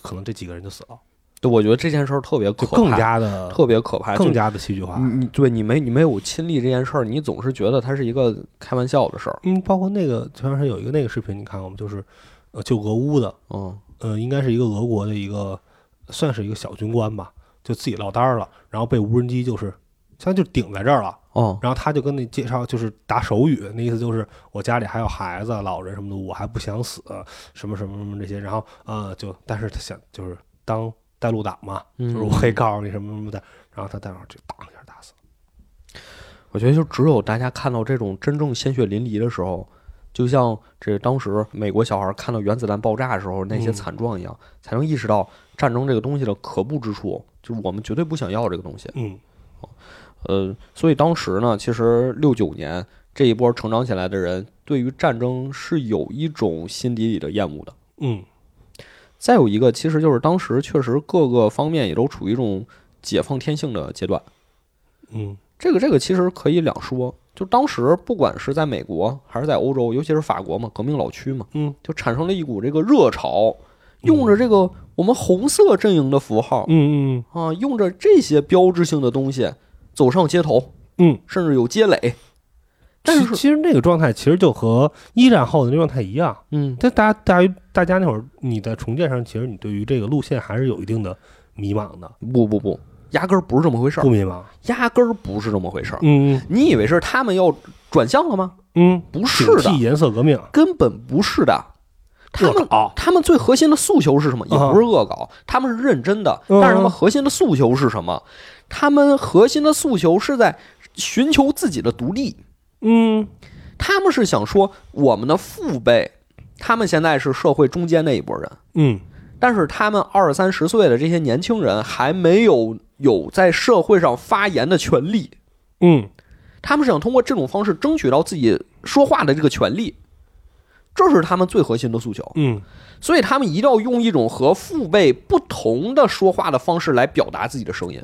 可能这几个人就死了，
对，我觉得这件事儿特别可
就
怕，
更加的
特别可怕，
更
就嗯
加的戏剧化
你。你对你没你没有亲历这件事儿，你总是觉得它是一个开玩笑的事儿。
嗯，包括那个前段时间有一个那个视频，你看过吗？就是呃救俄乌的，
嗯
呃，应该是一个俄国的一个算是一个小军官吧，就自己落单儿了，然后被无人机就是相当于就顶在这儿了。
哦
然后他就跟你介绍，就是打手语，那意思就是我家里还有孩子、老人什么的，我还不想死，什么什么什么这些。然后呃，就但是他想就是当带路党嘛，
嗯
就是我可以告诉你什么什么的。然后他待会儿就当一下打死了。
我觉得就只有大家看到这种真正鲜血淋漓的时候，就像这当时美国小孩看到原子弹爆炸的时候那些
嗯
惨状一样，才能意识到战争这个东西的可怖之处，就是我们绝对不想要这个东西。
嗯
呃，所以当时呢，其实六九年这一波成长起来的人，对于战争是有一种心底里的厌恶的。
嗯
再有一个，其实就是当时确实各个方面也都处于一种解放天性的阶段。
嗯
这个这个其实可以两说，就当时不管是在美国还是在欧洲，尤其是法国嘛，革命老区嘛，
嗯，
就产生了一股这个热潮，用着这个我们红色阵营的符号、
嗯
啊，用着这些标志性的东西走上街头，
嗯。
甚至有街垒。但
其
是，
其实那个状态其实就和一战后的那状态一样，
嗯，
但大家大家大家那会儿你在重建上，其实你对于这个路线还是有一定的迷茫的，
不不不，压根儿不是这么回事儿
不，迷茫？
压根儿不是这么回事儿。
嗯
你以为是他们要转向了吗？
嗯，
不是
警
的，
惕颜色革命，
根本不是的。他
恶
们
搞
他们最核心的诉求是什么？也
啊
不是恶搞，他们是认真的。
嗯
但是他们核心的诉求是什么？他们核心的诉求是在寻求自己的独立。
嗯
他们是想说，我们的父辈，他们现在是社会中间那一拨人，
嗯
但是他们二三十岁的这些年轻人还没有有在社会上发言的权利。
嗯
他们是想通过这种方式争取到自己说话的这个权利，这是他们最核心的诉求。
嗯，
所以他们一定要用一种和父辈不同的说话的方式来表达自己的声音。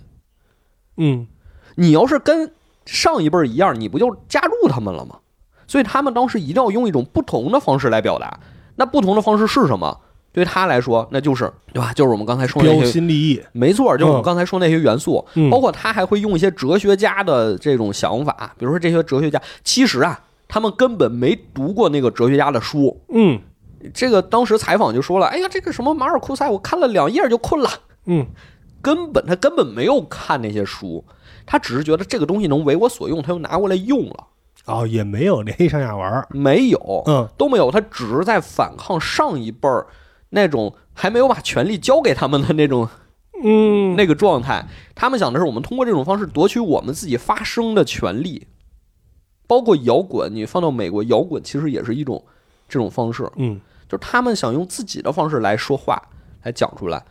嗯，
你要是跟上一辈儿一样，你不就加入他们了吗？所以他们当时一定要用一种不同的方式来表达。那不同的方式是什么？对他来说，那就是对吧？就是我们刚才说的那
标
些，
新立异，
没错，就是我们
嗯
刚才说那些元素。
嗯
包括他还会用一些哲学家的这种想法，比如说这些哲学家，其实啊，他们根本没读过那个哲学家的书，
嗯
这个当时采访就说了，哎呀，这个什么马尔库塞，我看了两页就困了，
嗯
根本他根本没有看那些书，他只是觉得这个东西能为我所用，他就拿过来用了，
哦，也没有联系上下玩儿，
没有，
嗯
都没有，他只是在反抗上一辈儿那种还没有把权力交给他们的那种
嗯
那个状态。他们想的是，我们通过这种方式夺取我们自己发声的权利，包括摇滚，你放到美国，摇滚其实也是一种这种方式。
嗯
就是他们想用自己的方式来说话，来讲出来，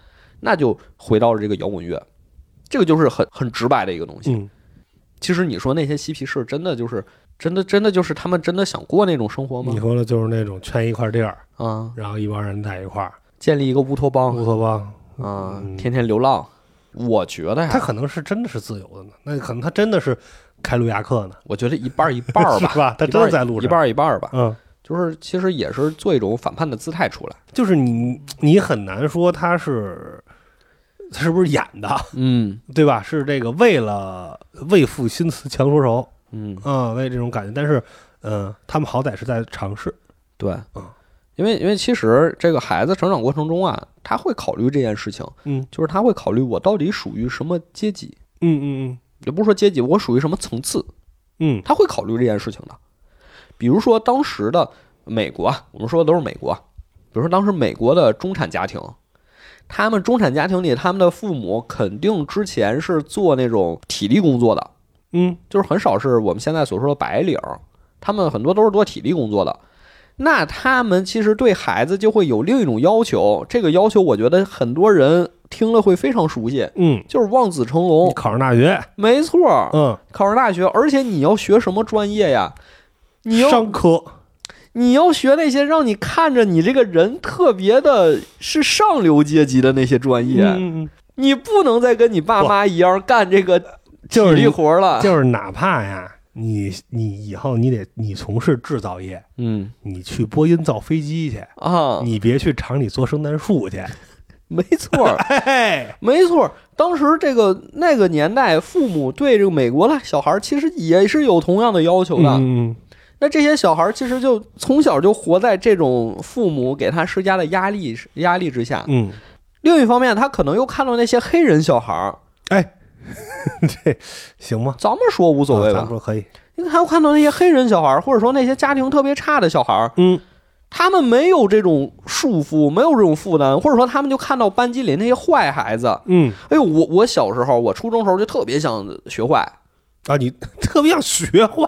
那就回到了这个摇滚乐，这个就是很很直白的一个东西。
嗯
其实你说那些嬉皮士，真的就是真的真的就是他们真的想过那种生活吗
你？说的就是那种圈一块地儿，
啊，
然后一帮人在一块儿，
建立一个乌托邦
乌托邦，
啊，
嗯
天天流浪。我觉得呀，
他可能是真的是自由的呢，那可能他真的是开路亚克呢，
我觉得一半儿一半儿吧，
是吧他
一半儿
真的在路上
一半儿一半儿吧，
嗯。
就是其实也是做一种反叛的姿态出来。
就是你，你很难说他是他是不是演的，
嗯
对吧？是这个为了为赋新词强说愁，
嗯，
嗯，为这种感觉。但是，嗯、他们好歹是在尝试，
对
嗯，
因为因为其实这个孩子成长过程中啊，他会考虑这件事情，
嗯
就是他会考虑我到底属于什么阶级，
嗯嗯
也不是说阶级，我属于什么层次，
嗯
他会考虑这件事情的。比如说当时的美国啊，我们说的都是美国啊，比如说当时美国的中产家庭，他们中产家庭里，他们的父母肯定之前是做那种体力工作的，
嗯
就是很少是我们现在所说的白领，他们很多都是做体力工作的。那他们其实对孩子就会有另一种要求，这个要求我觉得很多人听了会非常熟悉，
嗯
就是望子成
嗯，你
龙，
考上大学，
没错儿，
嗯，
考上大学，而且你要学什么专业呀？你要
商科，
你要学那些让你看着你这个人特别的是上流阶级的那些专业，
嗯，嗯
你不能再跟你爸妈一样干这个体
就是
力活儿了。
就是哪怕呀，你你以后你得你从事制造业，
嗯
你去波音造飞机去，
啊，
你别去厂里做圣诞树去，
没错儿，
嘿嘿，
没错儿。当时这个那个年代，父母对这个美国的小孩儿其实也是有同样的要求的。
嗯，
那这些小孩儿其实就从小就活在这种父母给他施加的压力压力之下。
嗯，
另一方面，他可能又看到那些黑人小孩儿，
哎， 这行吗？
咱们说无所谓
啊咱
吧
们。说可以，
因为他又看到那些黑人小孩儿，或者说那些家庭特别差的小孩儿，
嗯
他们没有这种束缚，没有这种负担，或者说他们就看到班级里那些坏孩子。
嗯
哎呦，我我小时候，我初中时候就特别想学坏。
啊，你特别想学坏，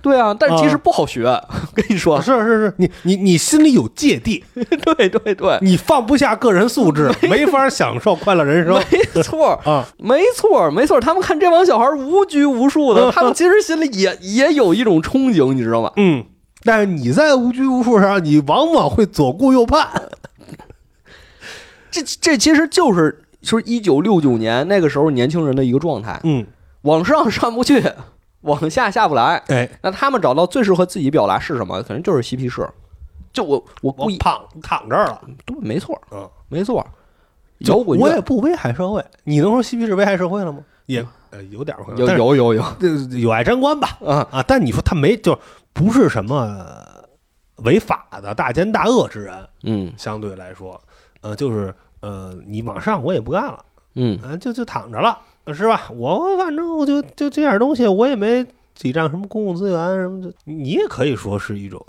对啊，但是其实
啊
不好学。 我跟你说，
是是是，你你你心里有芥蒂，
对对对，
你放不下个人素 质，没法享受快乐人生
没错儿，
啊。
没错儿，没错儿。他们看这帮小孩儿无拘无束的，
嗯
他们其实心里也也有一种憧憬，你知道吗？
嗯，但是你在无拘无束上，你往往会左顾右盼。
这这其实就是就是一九六九年那个时候年轻人的一个状态，
嗯，
往上上不去， 往下下不来。
哎，
那他们找到最适合自己表达是什么？可能就是嬉皮士。就我我
我
故意
躺躺这儿了，
对，没错，
嗯，
没错。摇滚
我也
乐
不危害社会。你能说嬉皮士危害社会了吗？也呃有点儿危害，
有
但是
有有有
呃有碍沾光吧。
啊，
啊，但你说他没就不是什么违法的大奸大恶之人，
嗯
相对来说，呃，就是呃，你往上我也不干了，
嗯，
啊、就就躺着了，是吧？我反正我就就这点东西，我也没挤占什么公共资源什么的，你也可以说是一种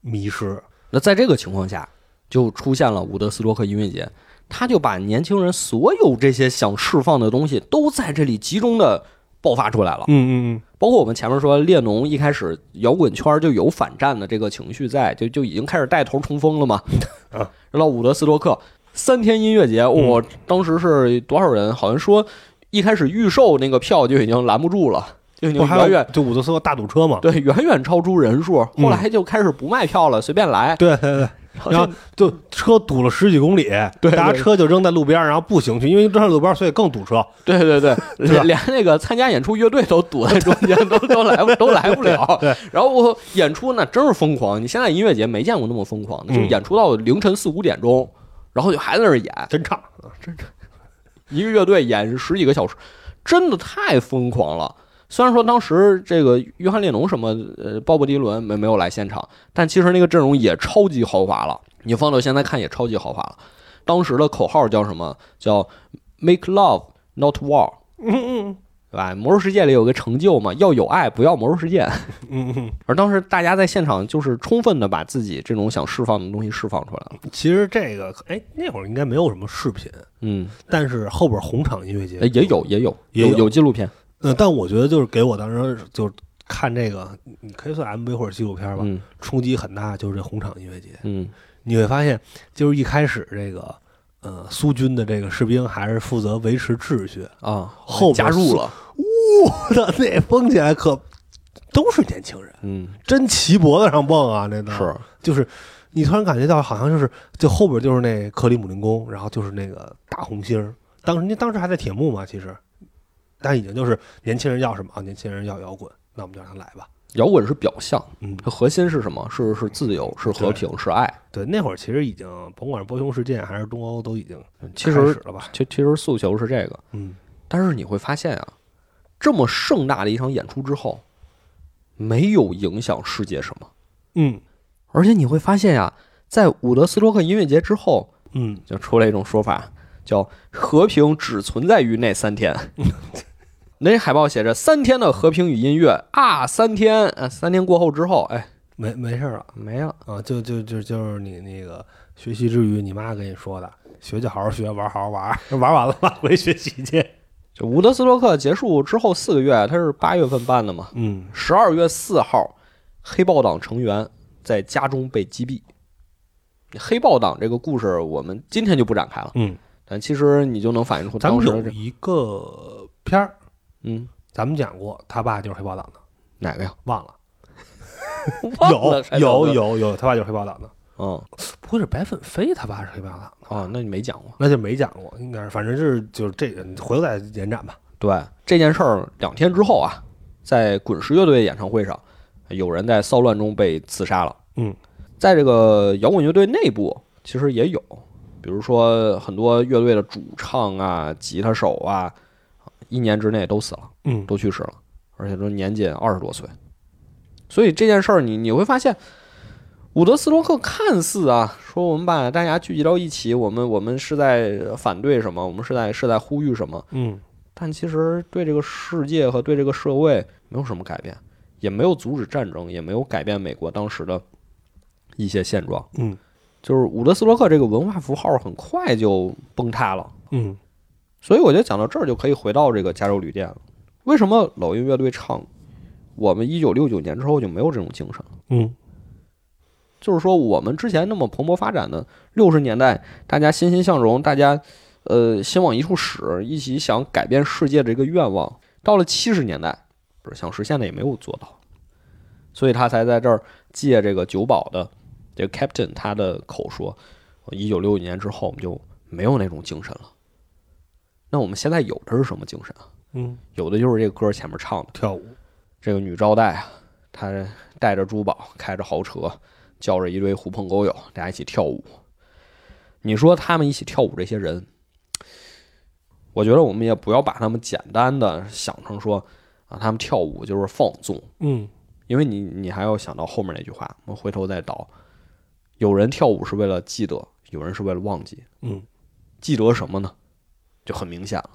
迷失，
那在这个情况下，就出现了伍德斯托克音乐节，他就把年轻人所有这些想释放的东西都在这里集中的爆发出来了。
嗯嗯
包括我们前面说，列侬一开始摇滚圈就有反战的这个情绪在，就就已经开始带头冲锋了嘛。
啊，嗯
然后伍德斯托克三天音乐节，我、当时是多少人？好像说一开始预售那个票就已经拦不住了，就已经
不还
远
有
远
就伍德斯托大堵车嘛？
对远远超出人数。
嗯
后来就开始不卖票了，随便来。
对对对，然后就车堵了十几公里，
对
大家
对
车就扔在路边儿，然后步行去，因为扔在路边儿，所以更堵车。
对对对，
对吧
连连那个参加演出乐队都堵在中间，都都来不都来不了。
对
然后我演出那真是疯狂，你现在音乐节没见过那么疯狂的，就
嗯
演出到凌晨四五点钟，然后就还在那儿演，
真唱，
啊一个乐队演十几个小时，真的太疯狂了。虽然说当时这个约翰列侬什么呃鲍勃迪伦没没有来现场，但其实那个阵容也超级豪华了。你放到现在看也超级豪华了。当时的口号叫什么？叫 “Make Love Not War”，
嗯嗯
对吧？魔兽世界里有个成就嘛，要有爱，不要魔兽世界。
嗯嗯。
而当时大家在现场就是充分的把自己这种想释放的东西释放出来了。
其实这个，哎，那会儿应该没有什么视频，
嗯，
但是后边红场音乐节
呃也有也有
也有
有纪录片，
嗯，但我觉得就是给我当时就是看这个，你可以算 MV 或者纪录片吧，
嗯
冲击很大，就是这红场音乐节，
嗯
你会发现，就是一开始这个，呃，苏军的这个士兵还是负责维持秩序，
啊，
后边
加入了，
我操，那蹦起来可都是年轻人，
嗯
真骑脖子上蹦啊，那都
是。
就是。你突然感觉到，好像就是就后边就是那克里姆林宫，然后就是那个大红星儿。当时，那当时还在铁幕嘛，其实，但已经就是年轻人要什么啊？年轻人要摇滚，那我们就让他来吧。
摇滚是表象，
嗯，
它核心是什么？是是自由，是和平，是爱。
对，那会儿其实已经，甭管是波匈事件还是东欧，都已经
其
嗯开
实
始了吧？
其其实诉求是这个，
嗯，
但是你会发现啊，这么盛大的一场演出之后，没有影响世界什么，
嗯
而且你会发现呀、啊在伍德斯托克音乐节之后，
嗯，
就出来一种说法，叫“和平只存在于那三天” 。那海报写着“三天的和平与音乐”啊，三天，呃，三天过后之后，哎，
没没事儿了
没了。
啊，就就就就是你那个学习之余，你妈跟你说的，学就好好学，玩好好玩， 玩完了吧，回学习去。
就伍德斯托克结束之后四个月，他是八月份办的嘛，
嗯，
十二月四号，黑豹党成员在家中被击毙。黑豹党这个故事，我们今天就不展开了。
嗯，
但其实你就能反映出
咱
当
们
时的
有
这，
一个片儿，
嗯，
咱们讲过，他爸就是黑豹党的，
哪个呀？
忘了，
忘了
有有，
谁
有有，他爸就是黑豹党的，
嗯，
不会是白粉飞他爸是黑豹党的，
哦，那你没讲过。
那就没讲过，应该是，反正就是就是这个，回头再延展吧。
对这件事儿，两天之后啊，在滚石乐队的演唱会上，有人在骚乱中被刺杀了。
嗯，
在这个摇滚乐队内部，其实也有，比如说很多乐队的主唱啊、吉他手啊，一年之内都死了，
嗯
都去世了，而且都年仅二十多岁。所以这件事儿，你你会发现，伍德斯托克看似啊，说我们把大家聚集到一起，我们我们是在反对什么，我们是在是在呼吁什么。
嗯，
但其实对这个世界和对这个社会没有什么改变，也没有阻止战争，也没有改变美国当时的一些现状。
嗯，
就是伍德斯托克这个文化符号很快就崩塌了，
嗯，
所以我觉得讲到这儿就可以回到这个加州旅店了。为什么老鹰乐队唱我们一九六九年之后就没有这种精神了？
嗯，
就是说我们之前那么蓬勃发展的六十年代，大家欣欣向荣，大家呃心往一处使，一起想改变世界的这个愿望，到了七十年代，不是想实现的也没有做到，所以他才在这儿借这个酒保的这个 Captain 他的口说，一九六九年之后我们就没有那种精神了。那我们现在有的是什么精神啊？
嗯，
有的就是这个歌前面唱的。
跳舞，
这个女招待啊，她带着珠宝，开着豪车，叫着一堆狐朋狗友，大家一起跳舞。你说他们一起跳舞这些人，我觉得我们也不要把他们简单的想成说啊，他们跳舞就是放纵，
嗯
因为你你还要想到后面那句话，我们回头再倒。有人跳舞是为了记得，有人是为了忘记，
嗯
记得什么呢？就很明显了，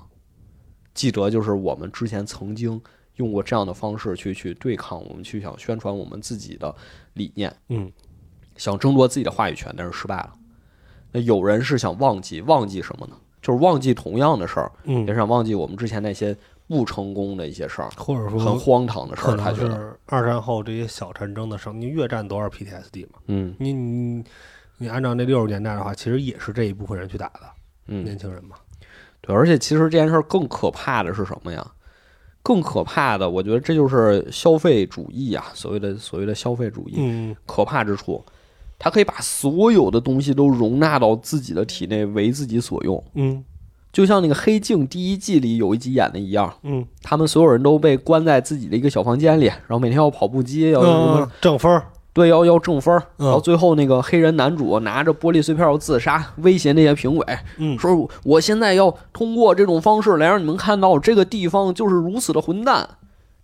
记得就是我们之前曾经用过这样的方式去去对抗，我们去想宣传我们自己的理念，
嗯
想争夺自己的话语权，但是失败了。那有人是想忘记，忘记什么呢？就是忘记同样的事儿，也
嗯，
想忘记我们之前那些不成功的一些事儿，
或者说
很荒唐的事
可
儿。他
能
觉得，
是二战后这些小战争的伤，你越战多少 PTSD 嘛？
嗯
你你你按照那六十年代的话，其实也是这一部分人去打的
嗯，
年轻人嘛。
对。而且其实这件事儿更可怕的是什么呀？更可怕的，我觉得这就是消费主义啊，所谓的所谓的消费主义，
嗯，
可怕之处，它可以把所有的东西都容纳到自己的体内，为自己所用。
嗯
就像那个《黑镜》第一季里有一集演的一样，
嗯，
他们所有人都被关在自己的一个小房间里，然后每天要跑步机，要什么、
嗯正分儿，
对，要要挣分儿。
嗯
然后最后那个黑人男主拿着玻璃碎片要自杀，威胁那些评委，
嗯
说我现在要通过这种方式来让你们看到这个地方就是如此的混蛋。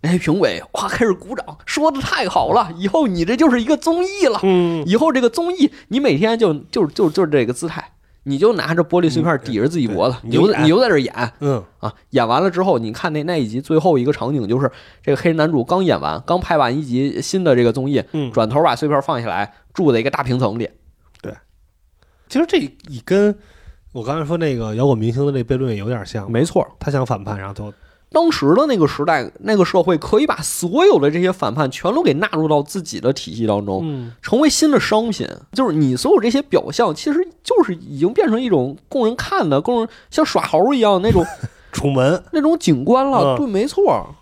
那些评委哇开始鼓掌，说的太好了，以后你这就是一个综艺了。
嗯，
以后这个综艺，你每天就就就就这个姿态，你就拿着玻璃碎片抵着自己脖子，
嗯对
你就
你就演
你就在这儿演啊！
嗯
演完了之后，你看那那一集最后一个场景，就是这个黑人男主刚演完，刚拍完一集新的这个综艺，
嗯，
转头把碎片放下来，住在一个大平层里。
其实这你跟我刚才说那个摇滚明星的那悖论也有点像，
没哦错，
他想反叛，然后就
当时的那个时代，那个社会可以把所有的这些反叛全都给纳入到自己的体系当中。
嗯
成为新的商品，就是你所有这些表象，其实就是已经变成一种供人看的、供人像耍猴一样那种
楚门，
那种景观了。
嗯
对，没错，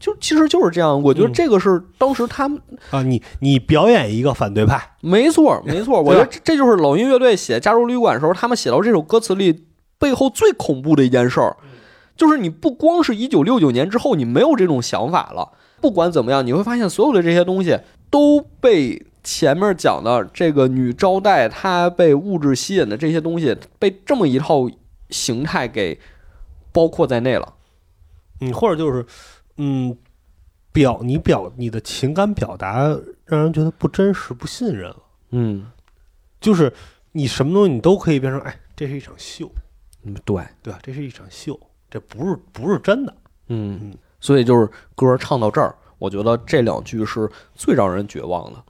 就其实就是这样。我觉得
嗯
这个是当时他们、
啊，你你表演一个反对派，
没错，没错。我觉得这这就是老鹰乐队写《加州旅馆》的时候，他们写到这首歌词里背后最恐怖的一件事儿，就是你不光是一九六九年之后你没有这种想法了。不管怎么样，你会发现所有的这些东西都被。前面讲的这个女招待，她被物质吸引的这些东西，被这么一套形态给包括在内了。
嗯，或者就是嗯，表你表你的情感表达让人觉得不真实、不信任了，
嗯，
就是你什么东西你都可以变成，哎，这是一场秀，
嗯，对，
对吧？这是一场秀，这不是不是真的，
嗯
嗯，
所以就是歌唱到这儿，我觉得这两句是最让人绝望的。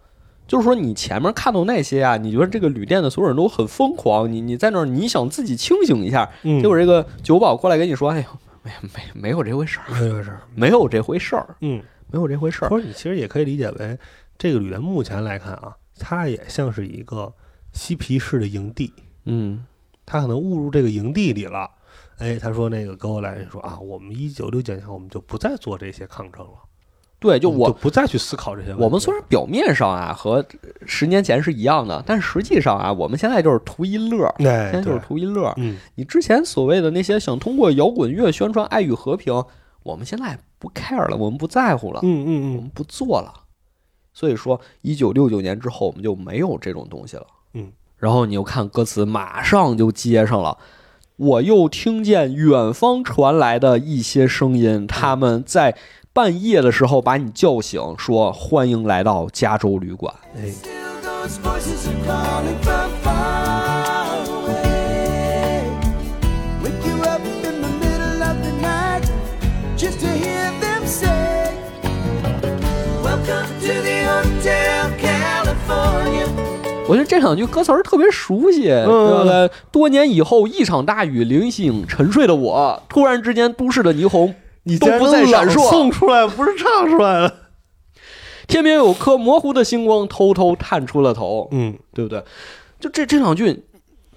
就是说，你前面看到那些啊，你觉得这个旅店的所有人都很疯狂，你你在那儿，你想自己清醒一下，
嗯
结果这个酒保过来跟你说：“哎呦，没没没有这回事儿，
没有事儿，
没有这回事儿，
嗯，
没有这回事儿。
或者你其实也可以理解为，这个旅店目前来看啊，它也像是一个嬉皮士的营地，”
嗯，
他可能误入这个营地里了。哎，他说那个跟我来人说啊，我们一九六九年我们就不再做这些抗争了，
对，就
我们
我
就不再去思考这些问题。
我们虽然表面上啊和十年前是一样的，但实际上啊，我们现在就是图一乐儿，
哎
现在就是
对，
图一乐儿。
嗯，
你之前所谓的那些想通过摇滚乐宣传爱与和平，我们现在不 care 了，我们不在乎了，
嗯
我
嗯
们不做了。所以说，一九六九年之后，我们就没有这种东西了。
嗯，
然后你又看歌词，马上就接上了。我又听见远方传来的一些声音，他们在半夜的时候把你叫醒，说：“欢迎来到加州旅馆。”
嗯，哎，
Still those voices are calling from far away. Wake you up in the middle of the night just to hear them say, Welcome to the Hotel California.
我觉得这两句歌词儿特别熟悉，对不对？多年以后，一场大雨淋醒沉睡的我，突然之间，都市的霓虹
你
都不再闪烁，
送出来不是唱出来了，
天边有颗模糊的星光偷偷探出了头，
嗯
对不对？就这这两句，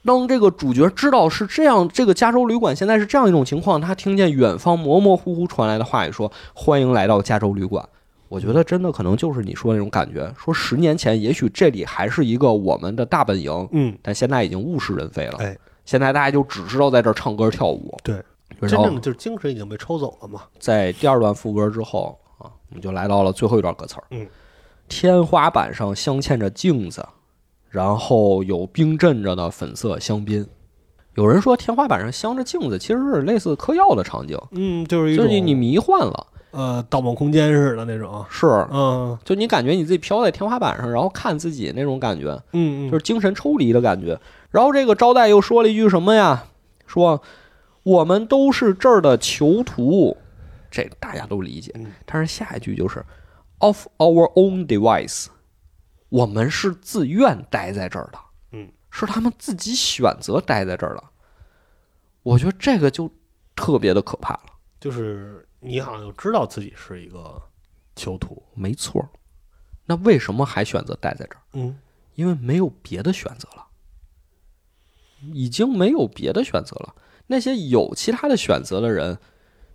当这个主角知道是这样，这个加州旅馆现在是这样一种情况，他听见远方模模糊糊传来的话语说：“欢迎来到加州旅馆。”我觉得真的可能就是你说的那种感觉，说十年前也许这里还是一个我们的大本营，
嗯，
但现在已经物是人非了。
哎，
现在大家就只知道在这儿唱歌跳舞。
对，真
然后
正的就是精神已经被抽走了嘛，
在第二段副歌之后啊，我们就来到了最后一段歌词儿。
嗯，
天花板上镶嵌着镜子，然后有冰镇着的粉色香槟。有人说天花板上镶着镜子，其实是类似嗑药的场景，
嗯，就是一
就
种
是你迷幻了，
呃《盗梦空间》似的那种，
是，
嗯
就你感觉你自己飘在天花板上，然后看自己那种感觉。
嗯
就是精神抽离的感觉。然后这个招待又说了一句什么呀？说我们都是这儿的囚徒，这大家都理解
嗯。
但是下一句就是 of our own device，我们是自愿待在这儿的，
嗯，
是他们自己选择待在这儿的。我觉得这个就特别的可怕了。
就是你好像就知道自己是一个囚徒，
没错儿，那为什么还选择待在这儿？
嗯
因为没有别的选择了，已经没有别的选择了。那些有其他的选择的人，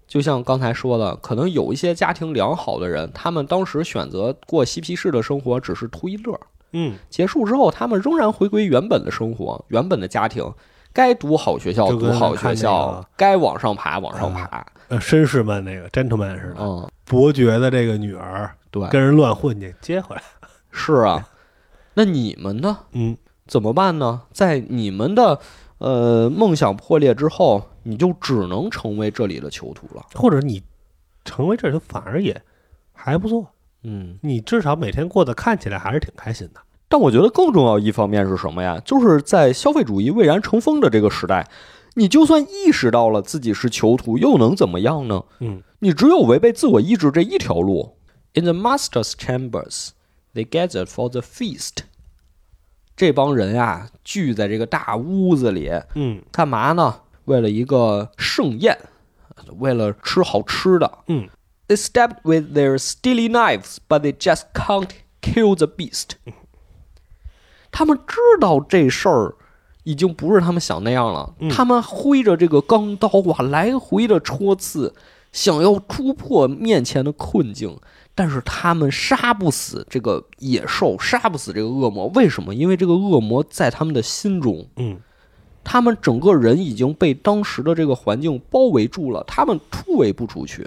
就像刚才说的，可能有一些家庭良好的人，他们当时选择过嬉皮士的生活，只是图一乐儿。
嗯，
结束之后，他们仍然回归原本的生活，原本的家庭，该读好学校
就
读
跟
好
看
学
那
校
个，
该往上爬往上爬。
呃，绅士们那个 gentleman 似的，
嗯，
伯爵的这个女儿
对，
跟人乱混去，接回来。
是啊。那你们呢？
嗯，
怎么办呢？在你们的呃梦想破裂之后，你就只能成为这里的囚徒了。
或者你成为这人反而也还不错，
嗯，
你至少每天过得看起来还是挺开心的。
但我觉得更重要一方面是什么呀？就是在消费主义蔚然成风的这个时代，你就算意识到了自己是囚徒，又能怎么样呢？
嗯，
你只有违背自我意志这一条路。In the master's chambers, they gathered for the feast。这帮人呀，聚在这个大屋子里，
嗯
干嘛呢？为了一个盛宴，为了吃好吃的。
嗯
They stabbed with their steely knives, but they just can't kill the beast。他们知道这事儿已经不是他们想那样了，
嗯
他们挥着这个钢刀啊，来回的戳刺，想要突破面前的困境。但是他们杀不死这个野兽，杀不死这个恶魔。为什么？因为这个恶魔在他们的心中，
嗯，
他们整个人已经被当时的这个环境包围住了，他们突围不出去。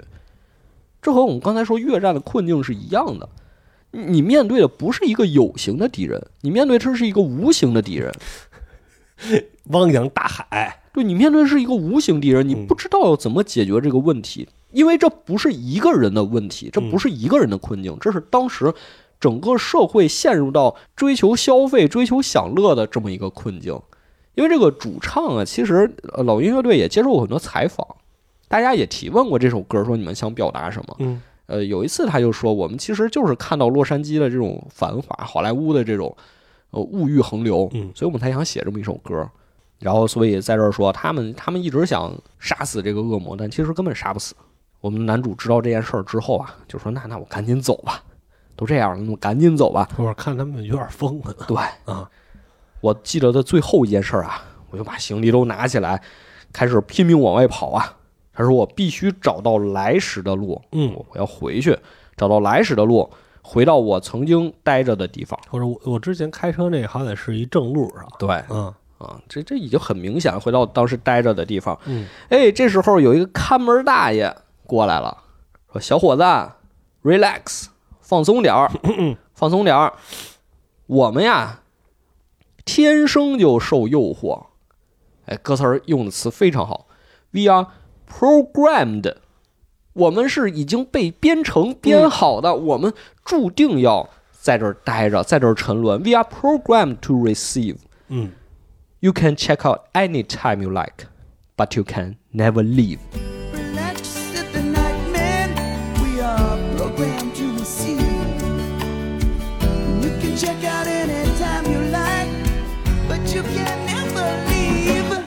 这和我们刚才说越战的困境是一样的。你你面对的不是一个有形的敌人，你面对的是一个无形的敌人。
汪洋大海，
对你面对的是一个无形敌人，你不知道要怎么解决这个问题，因为这不是一个人的问题，这不是一个人的困境，这是当时整个社会陷入到追求消费、追求享乐的这么一个困境。因为这个主唱啊，其实呃老鹰乐队也接受过很多采访，大家也提问过这首歌，说你们想表达什么。
嗯
呃，有一次他就说，我们其实就是看到洛杉矶的这种繁华，好莱坞的这种呃物欲横流，
嗯
所以我们才想写这么一首歌。然后，所以在这儿说，他们他们一直想杀死这个恶魔，但其实根本杀不死。我们男主知道这件事儿之后啊，就说：“那那我赶紧走吧，都这样了，那我赶紧走吧。”
我看他们有点疯了。
对
啊，
我记得的最后一件事儿啊，我就把行李都拿起来，开始拼命往外跑啊。他说我必须找到来时的路，
嗯
我我要回去，找到来时的路，回到我曾经待着的地方。
或者我我之前开车那好歹是一正路上，
对
嗯
啊，这这已经很明显，回到当时待着的地方。
嗯，
哎，这时候有一个看门大爷过来了，说：“小伙子，relax，放松点儿，放松点儿。我们呀，天生就受诱惑。哎，歌词儿用的词非常好，We are programmed，我们是已经被编程编好的，我们注定要在这儿待着，在这儿沉沦。We are programmed to receive。
嗯
You can check out any time you like, but you can never leave.
Relax at the night, man. We are programmed to receive. You can check out anytime you like, but you can never leave.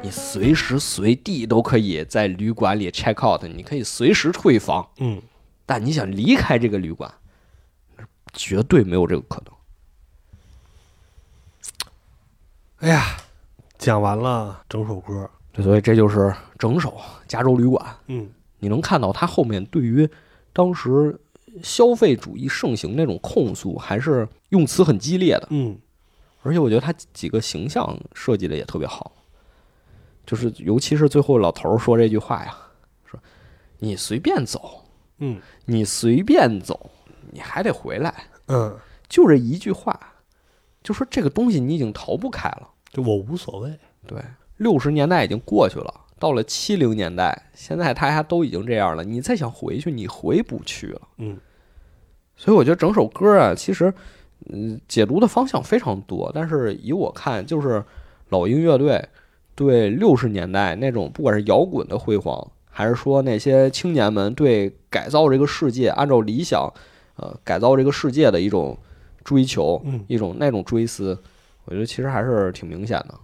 你随时随地都可以在旅馆里 check out，你可以随时退房，
嗯，
但你想离开这个旅馆，绝对没有这个可能。
哎呀，讲完了整首歌，
对所以这就是整首《加州旅馆》，
嗯
你能看到他后面对于当时消费主义盛行那种控诉，还是用词很激烈的。
嗯
而且我觉得他几个形象设计的也特别好，就是尤其是最后老头儿说这句话呀，说你随便走，
嗯
你随便走，你还得回来，
嗯，
就这一句话，就说这个东西你已经逃不开了。
就我无所谓，
对，六十年代已经过去了，到了七零年代，现在大家都已经这样了，你再想回去，你回不去了。
嗯
所以我觉得整首歌啊，其实，嗯，解读的方向非常多。但是以我看，就是老鹰乐队对六十年代那种不管是摇滚的辉煌，还是说那些青年们对改造这个世界、按照理想，呃，改造这个世界的一种追求，
嗯
一种那种追思，我觉得其实还是挺明显的。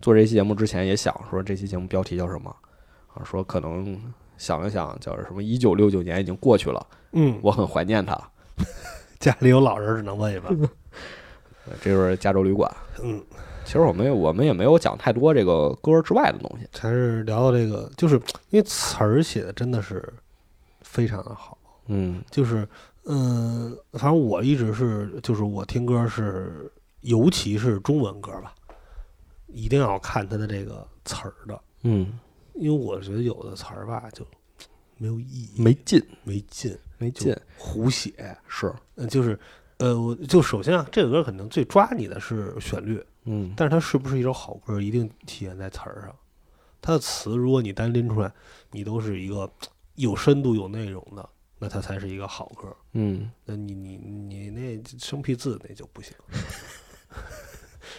做这期节目之前也想说，这期节目标题叫什么啊？说可能想了想，叫什么？一九六九年已经过去了，
嗯，
我很怀念它。
家里有老人只能问一问，
这就是加州旅馆。
嗯，
其实我们也我们也没有讲太多这个歌之外的东西。
还是聊到这个，就是因为词儿写的真的是非常的好，
嗯
就是嗯，反正我一直是，就是我听歌是，尤其是中文歌吧，一定要看它的这个词儿的，
嗯，
因为我觉得有的词儿吧就没有意义，
没劲，
没劲，
没
就
劲，
胡写，
是，
嗯，就是呃，我就首先啊，这个歌可能最抓你的是旋律，
嗯
但是它是不是一首好歌，一定体现在词儿上。它的词，如果你单拎出来，你都是一个有深度、有内容的，那它才是一个好歌。
嗯，
那你你你那生僻字那就不行。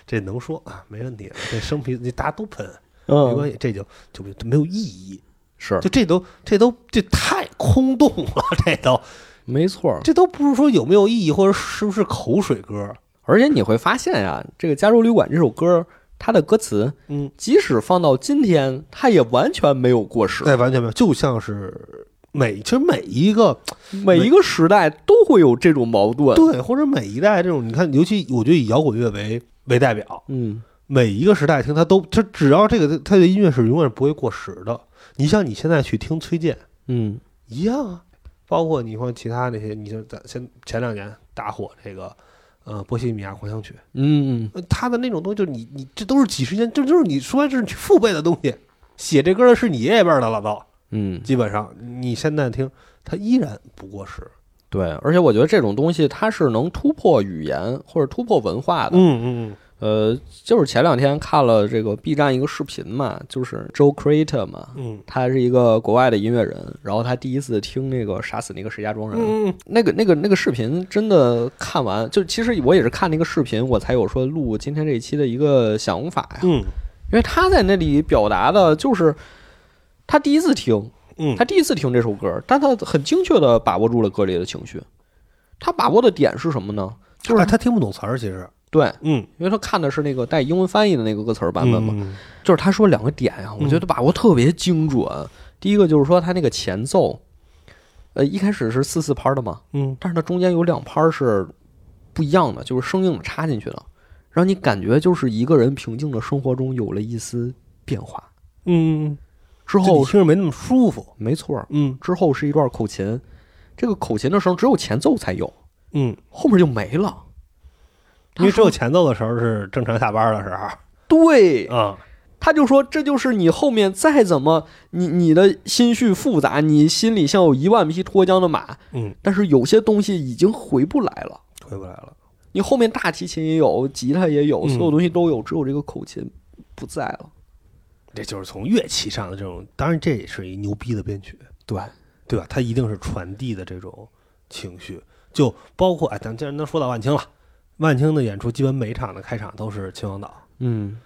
这能说啊，没问题。这生僻，你大家都喷，啊没关
嗯，
系，这就就就没有意义。
是
就这都这都这太空洞了，这都
没错儿。
这都不是说有没有意义，或者是不是口水歌。
而且你会发现呀，这个《加州旅馆》这首歌，它的歌词
嗯，
即使放到今天，它也完全没有过时。
对，完全没有，就像是每其实每一个
每一个时代都会有这种矛盾。
对，或者每一代这种，你看，尤其我觉得以摇滚乐为为代表，
嗯，
每一个时代听它都，它只要这个它的音乐是永远不会过时的。你像你现在去听崔健
嗯
一样啊，包括你说其他那些，你就咱先前两年打火这个。呃，波西米亚狂想曲，
嗯，
呃他的那种东西，就是你你这都是几十年，这就是你说白这是你父辈的东西，写这歌的是你爷爷辈儿的了都，
嗯，
基本上你现在听，它依然不过时。
对，而且我觉得这种东西它是能突破语言或者突破文化的。
嗯嗯
呃，就是前两天看了这个 B 站一个视频嘛，就是 Joe Creator 嘛，
嗯
他是一个国外的音乐人，然后他第一次听那个《杀死那个石家庄人》
嗯嗯，
那个那个那个视频真的看完，就其实我也是看那个视频，我才有说录今天这一期的一个想法呀。
嗯
因为他在那里表达的就是他第一次听，
嗯
他第一次听这首歌，但他很精确地把握住了歌里的情绪。他把握的点是什么呢？
就是、哎、他听不懂词儿，其实，
对，
嗯，
因为他看的是那个带英文翻译的那个歌词儿版本嘛，
嗯
就是他说两个点呀、我觉得把握特别精准。第一个就是说他那个前奏，呃，一开始是四四拍儿的嘛，
嗯
但是它中间有两拍儿是不一样的，就是生硬的插进去的，让你感觉就是一个人平静的生活中有了一丝变化。
嗯，
之
就
后
你听着没那么舒服，
没错儿，
嗯
之后是一段口琴，这个口琴的声只有前奏才有，
嗯，
后面就没了。
因为只有前奏的时候是正常下班的时候
对，
啊，
他就说这就是你后面再怎么你你的心绪复杂，你心里像有一万匹脱缰的马，
嗯，
但是有些东西已经回不来了。
回不来了，
你后面大提琴也有，吉他也有，
嗯
所有东西都有，只有这个口琴不在了。
这就是从乐器上的这种，当然这也是一牛逼的编曲，
对，
对吧？它一定是传递的这种情绪，就包括哎，咱既然能说到万青了，万青的演出基本每场的开场都是秦皇岛，
嗯，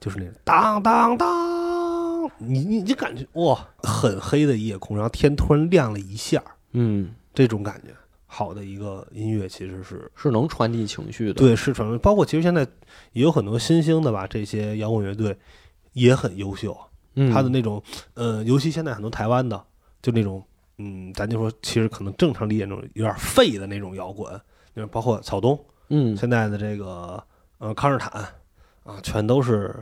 就是那种当当当，你你就感觉哇，很黑的夜空，然后天突然亮了一下儿，
嗯，
这种感觉。好的一个音乐其实是
是能传递情绪的。，
对是传，包括其实现在也有很多新兴的吧，这些摇滚乐队也很优秀，啊
嗯、
他的那种呃，尤其现在很多台湾的，就那种嗯，咱就说其实可能正常理解那种有点废的那种摇滚，就是包括草东
嗯
现在的这个呃康士坦啊，全都是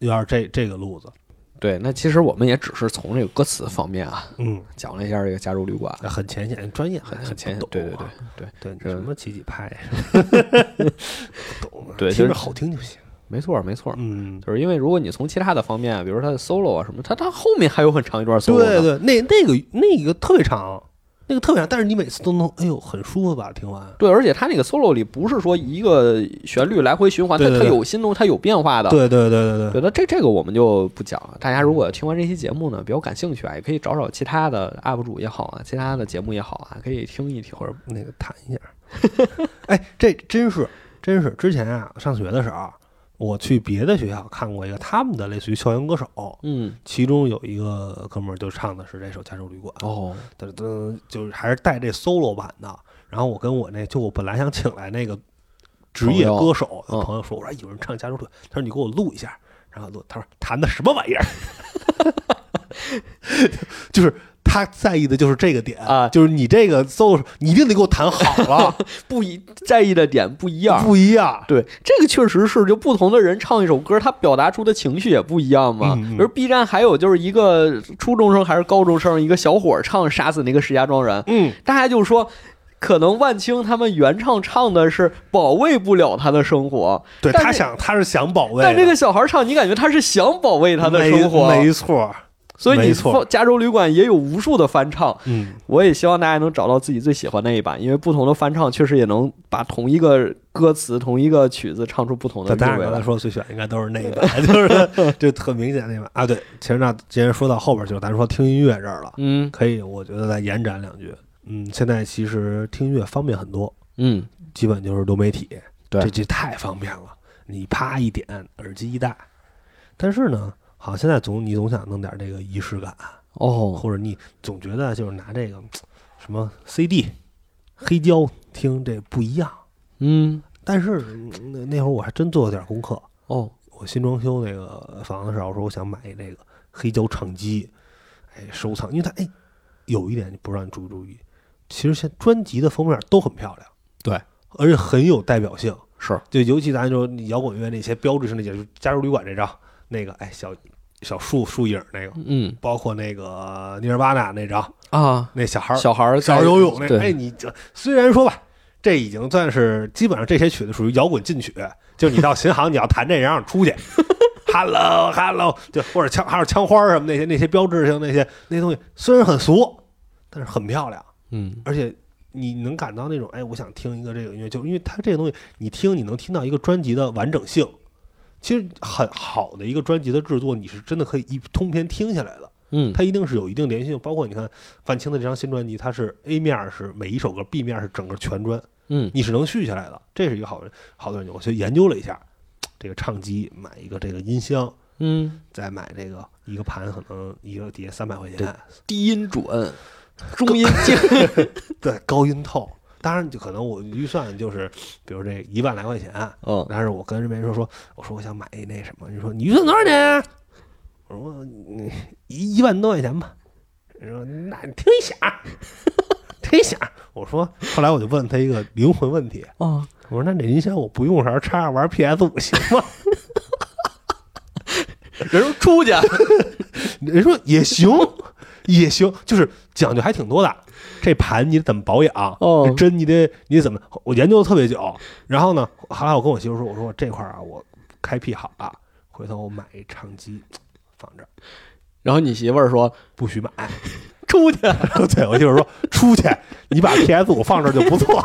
有点这这个路子，
对，那其实我们也只是从这个歌词方面啊，
嗯，
讲了一下这个加州旅馆。
啊很浅显，专业很
很浅显
懂、啊，
对对对对
对，你
这
什么起起拍， 不懂啊，
对就
听
是
着好听就行。
没错儿没错儿，
嗯，
就是因为如果你从其他的方面，比如说他的 solo 啊什么，他他后面还有很长一段 solo
对
呢
对，那那个那个特别长，那个特别长，但是你每次都能，哎呦，很舒服吧？听完。
对而且他那个 solo 里不是说一个旋律来回循环，他
对对
他
对
有新东，他有变化的。
对对对对
对，那这这个我们就不讲了。大家如果听完这期节目呢，比较感兴趣啊，也可以找找其他的 UP 主也好啊，其他的节目也好啊，可以听一听。
或者那个弹一下。 哎，这真是真是之前啊，上学的时候，我去别的学校看过一个他们的类似于校园歌手，
嗯，
其中有一个哥们儿就唱的是这首《加州旅馆》，
哦，
噔噔，就是还是带这 solo 版的。然后我跟我那就我本来想请来那个职业歌手
朋友嗯
朋友说，我哎说有人唱《加州旅馆》，他说你给我录一 下，然后录，他说弹的什么玩意儿，就是他在意的就是这个点
啊
就是你这个搜，你一定得给我 谈好了，
不一在意的点不一样。
不一样。
对，这个确实是，就不同的人唱一首歌，他表达出的情绪也不一样嘛。
嗯
比
嗯
如 B 站还有就是一个初中生还是高中生，一个小伙儿唱《杀死那个石家庄人》，
嗯，
大家就说。可能万青他们原唱唱的是保卫不了他的生活，
对
但
他
是
想，他是想保卫的，
但这个小孩唱，你感觉他是想保卫他的生活，
没没错，
所以你
没错
放加州旅馆也有无数的翻唱，
嗯，
我也希望大家能找到自己最喜欢那一版，因为不同的翻唱确实也能把同一个歌词、同一个曲子唱出不同的
但当
韵
然
味
刚才
来。
说最选应该都是那一版， 就是就特明显那一版啊。对，其实那既然说到后边，就是咱说听音乐这儿了，
嗯
可以，我觉得再延展两句。嗯，现在其实听音乐方便很多，
嗯，
基本就是流媒体，
对
这这太方便了。你啪一点，耳机一戴，但是呢，好，现在总你总想弄点这个仪式感，
哦，
或者你总觉得就是拿这个什么 CD、黑胶听这不一样。
嗯，
但是嗯那那会儿我还真做了点功课，
哦，
我新装修那个房的时候，我说我想买这个黑胶唱机，哎，收藏，因为它哎，有一点你不知道你注意注意，其实现专辑的封面都很漂亮，
对，
而且很有代表性，
是，
就尤其咱就摇滚乐那些标志性的，就是加州旅馆这张，那个哎小小树树影儿那个，
嗯
包括那个尼尔巴纳那张，
啊，
那小孩儿
小孩儿
小孩
在
儿游泳那，哎，
对，
你这虽然说吧，这已经算是基本上这些曲子属于摇滚禁曲，就是你到琴行你要弹这让你出去，hello hello，就或者枪还有枪花儿什么那些那些标志性那些那些东西，虽然很俗，但是很漂亮，
嗯
而且你能感到那种哎，我想听一个这个音乐，就是因为它这个东西你听你能听到一个专辑的完整性。其实很好的一个专辑的制作，你是真的可以一通篇听下来的。
嗯，
它一定是有一定联系性。包括你看范青的这张新专辑，它是 A 面儿是每一首歌，B 面儿是整个全专，
嗯，
你是能续下来的。这是一个好好东西。我去研究了一下，这个唱机买一个这个音箱，
嗯，
再买这个一个盘，可能一个碟三百块
对
钱，
低音准，中音精，
对，高音透。当然，就可能我预算就是，比如这一万来块钱，
嗯
但是我跟这边说说，我说我想买一那什么，你说你预算多少钱啊？我说嗯一一万多块钱吧。你说那你听一响儿，听一响儿。我说后来我就问他一个灵魂问题，
啊，
我说那这音箱我不用啥插玩 PS 五行吗？
人说出去，
人说也行， 也行，就是讲究还挺多的。这盘你得怎么保养？
哦
这针你得你得怎么？我研究的特别久。然后呢，后来我跟我媳妇说，我说我这块儿啊，我开辟好了，回头我买一唱机放这儿，
然后你媳妇儿说
不许买。
出去，
对我媳妇说，出去，你把 PS 五放这儿就不错。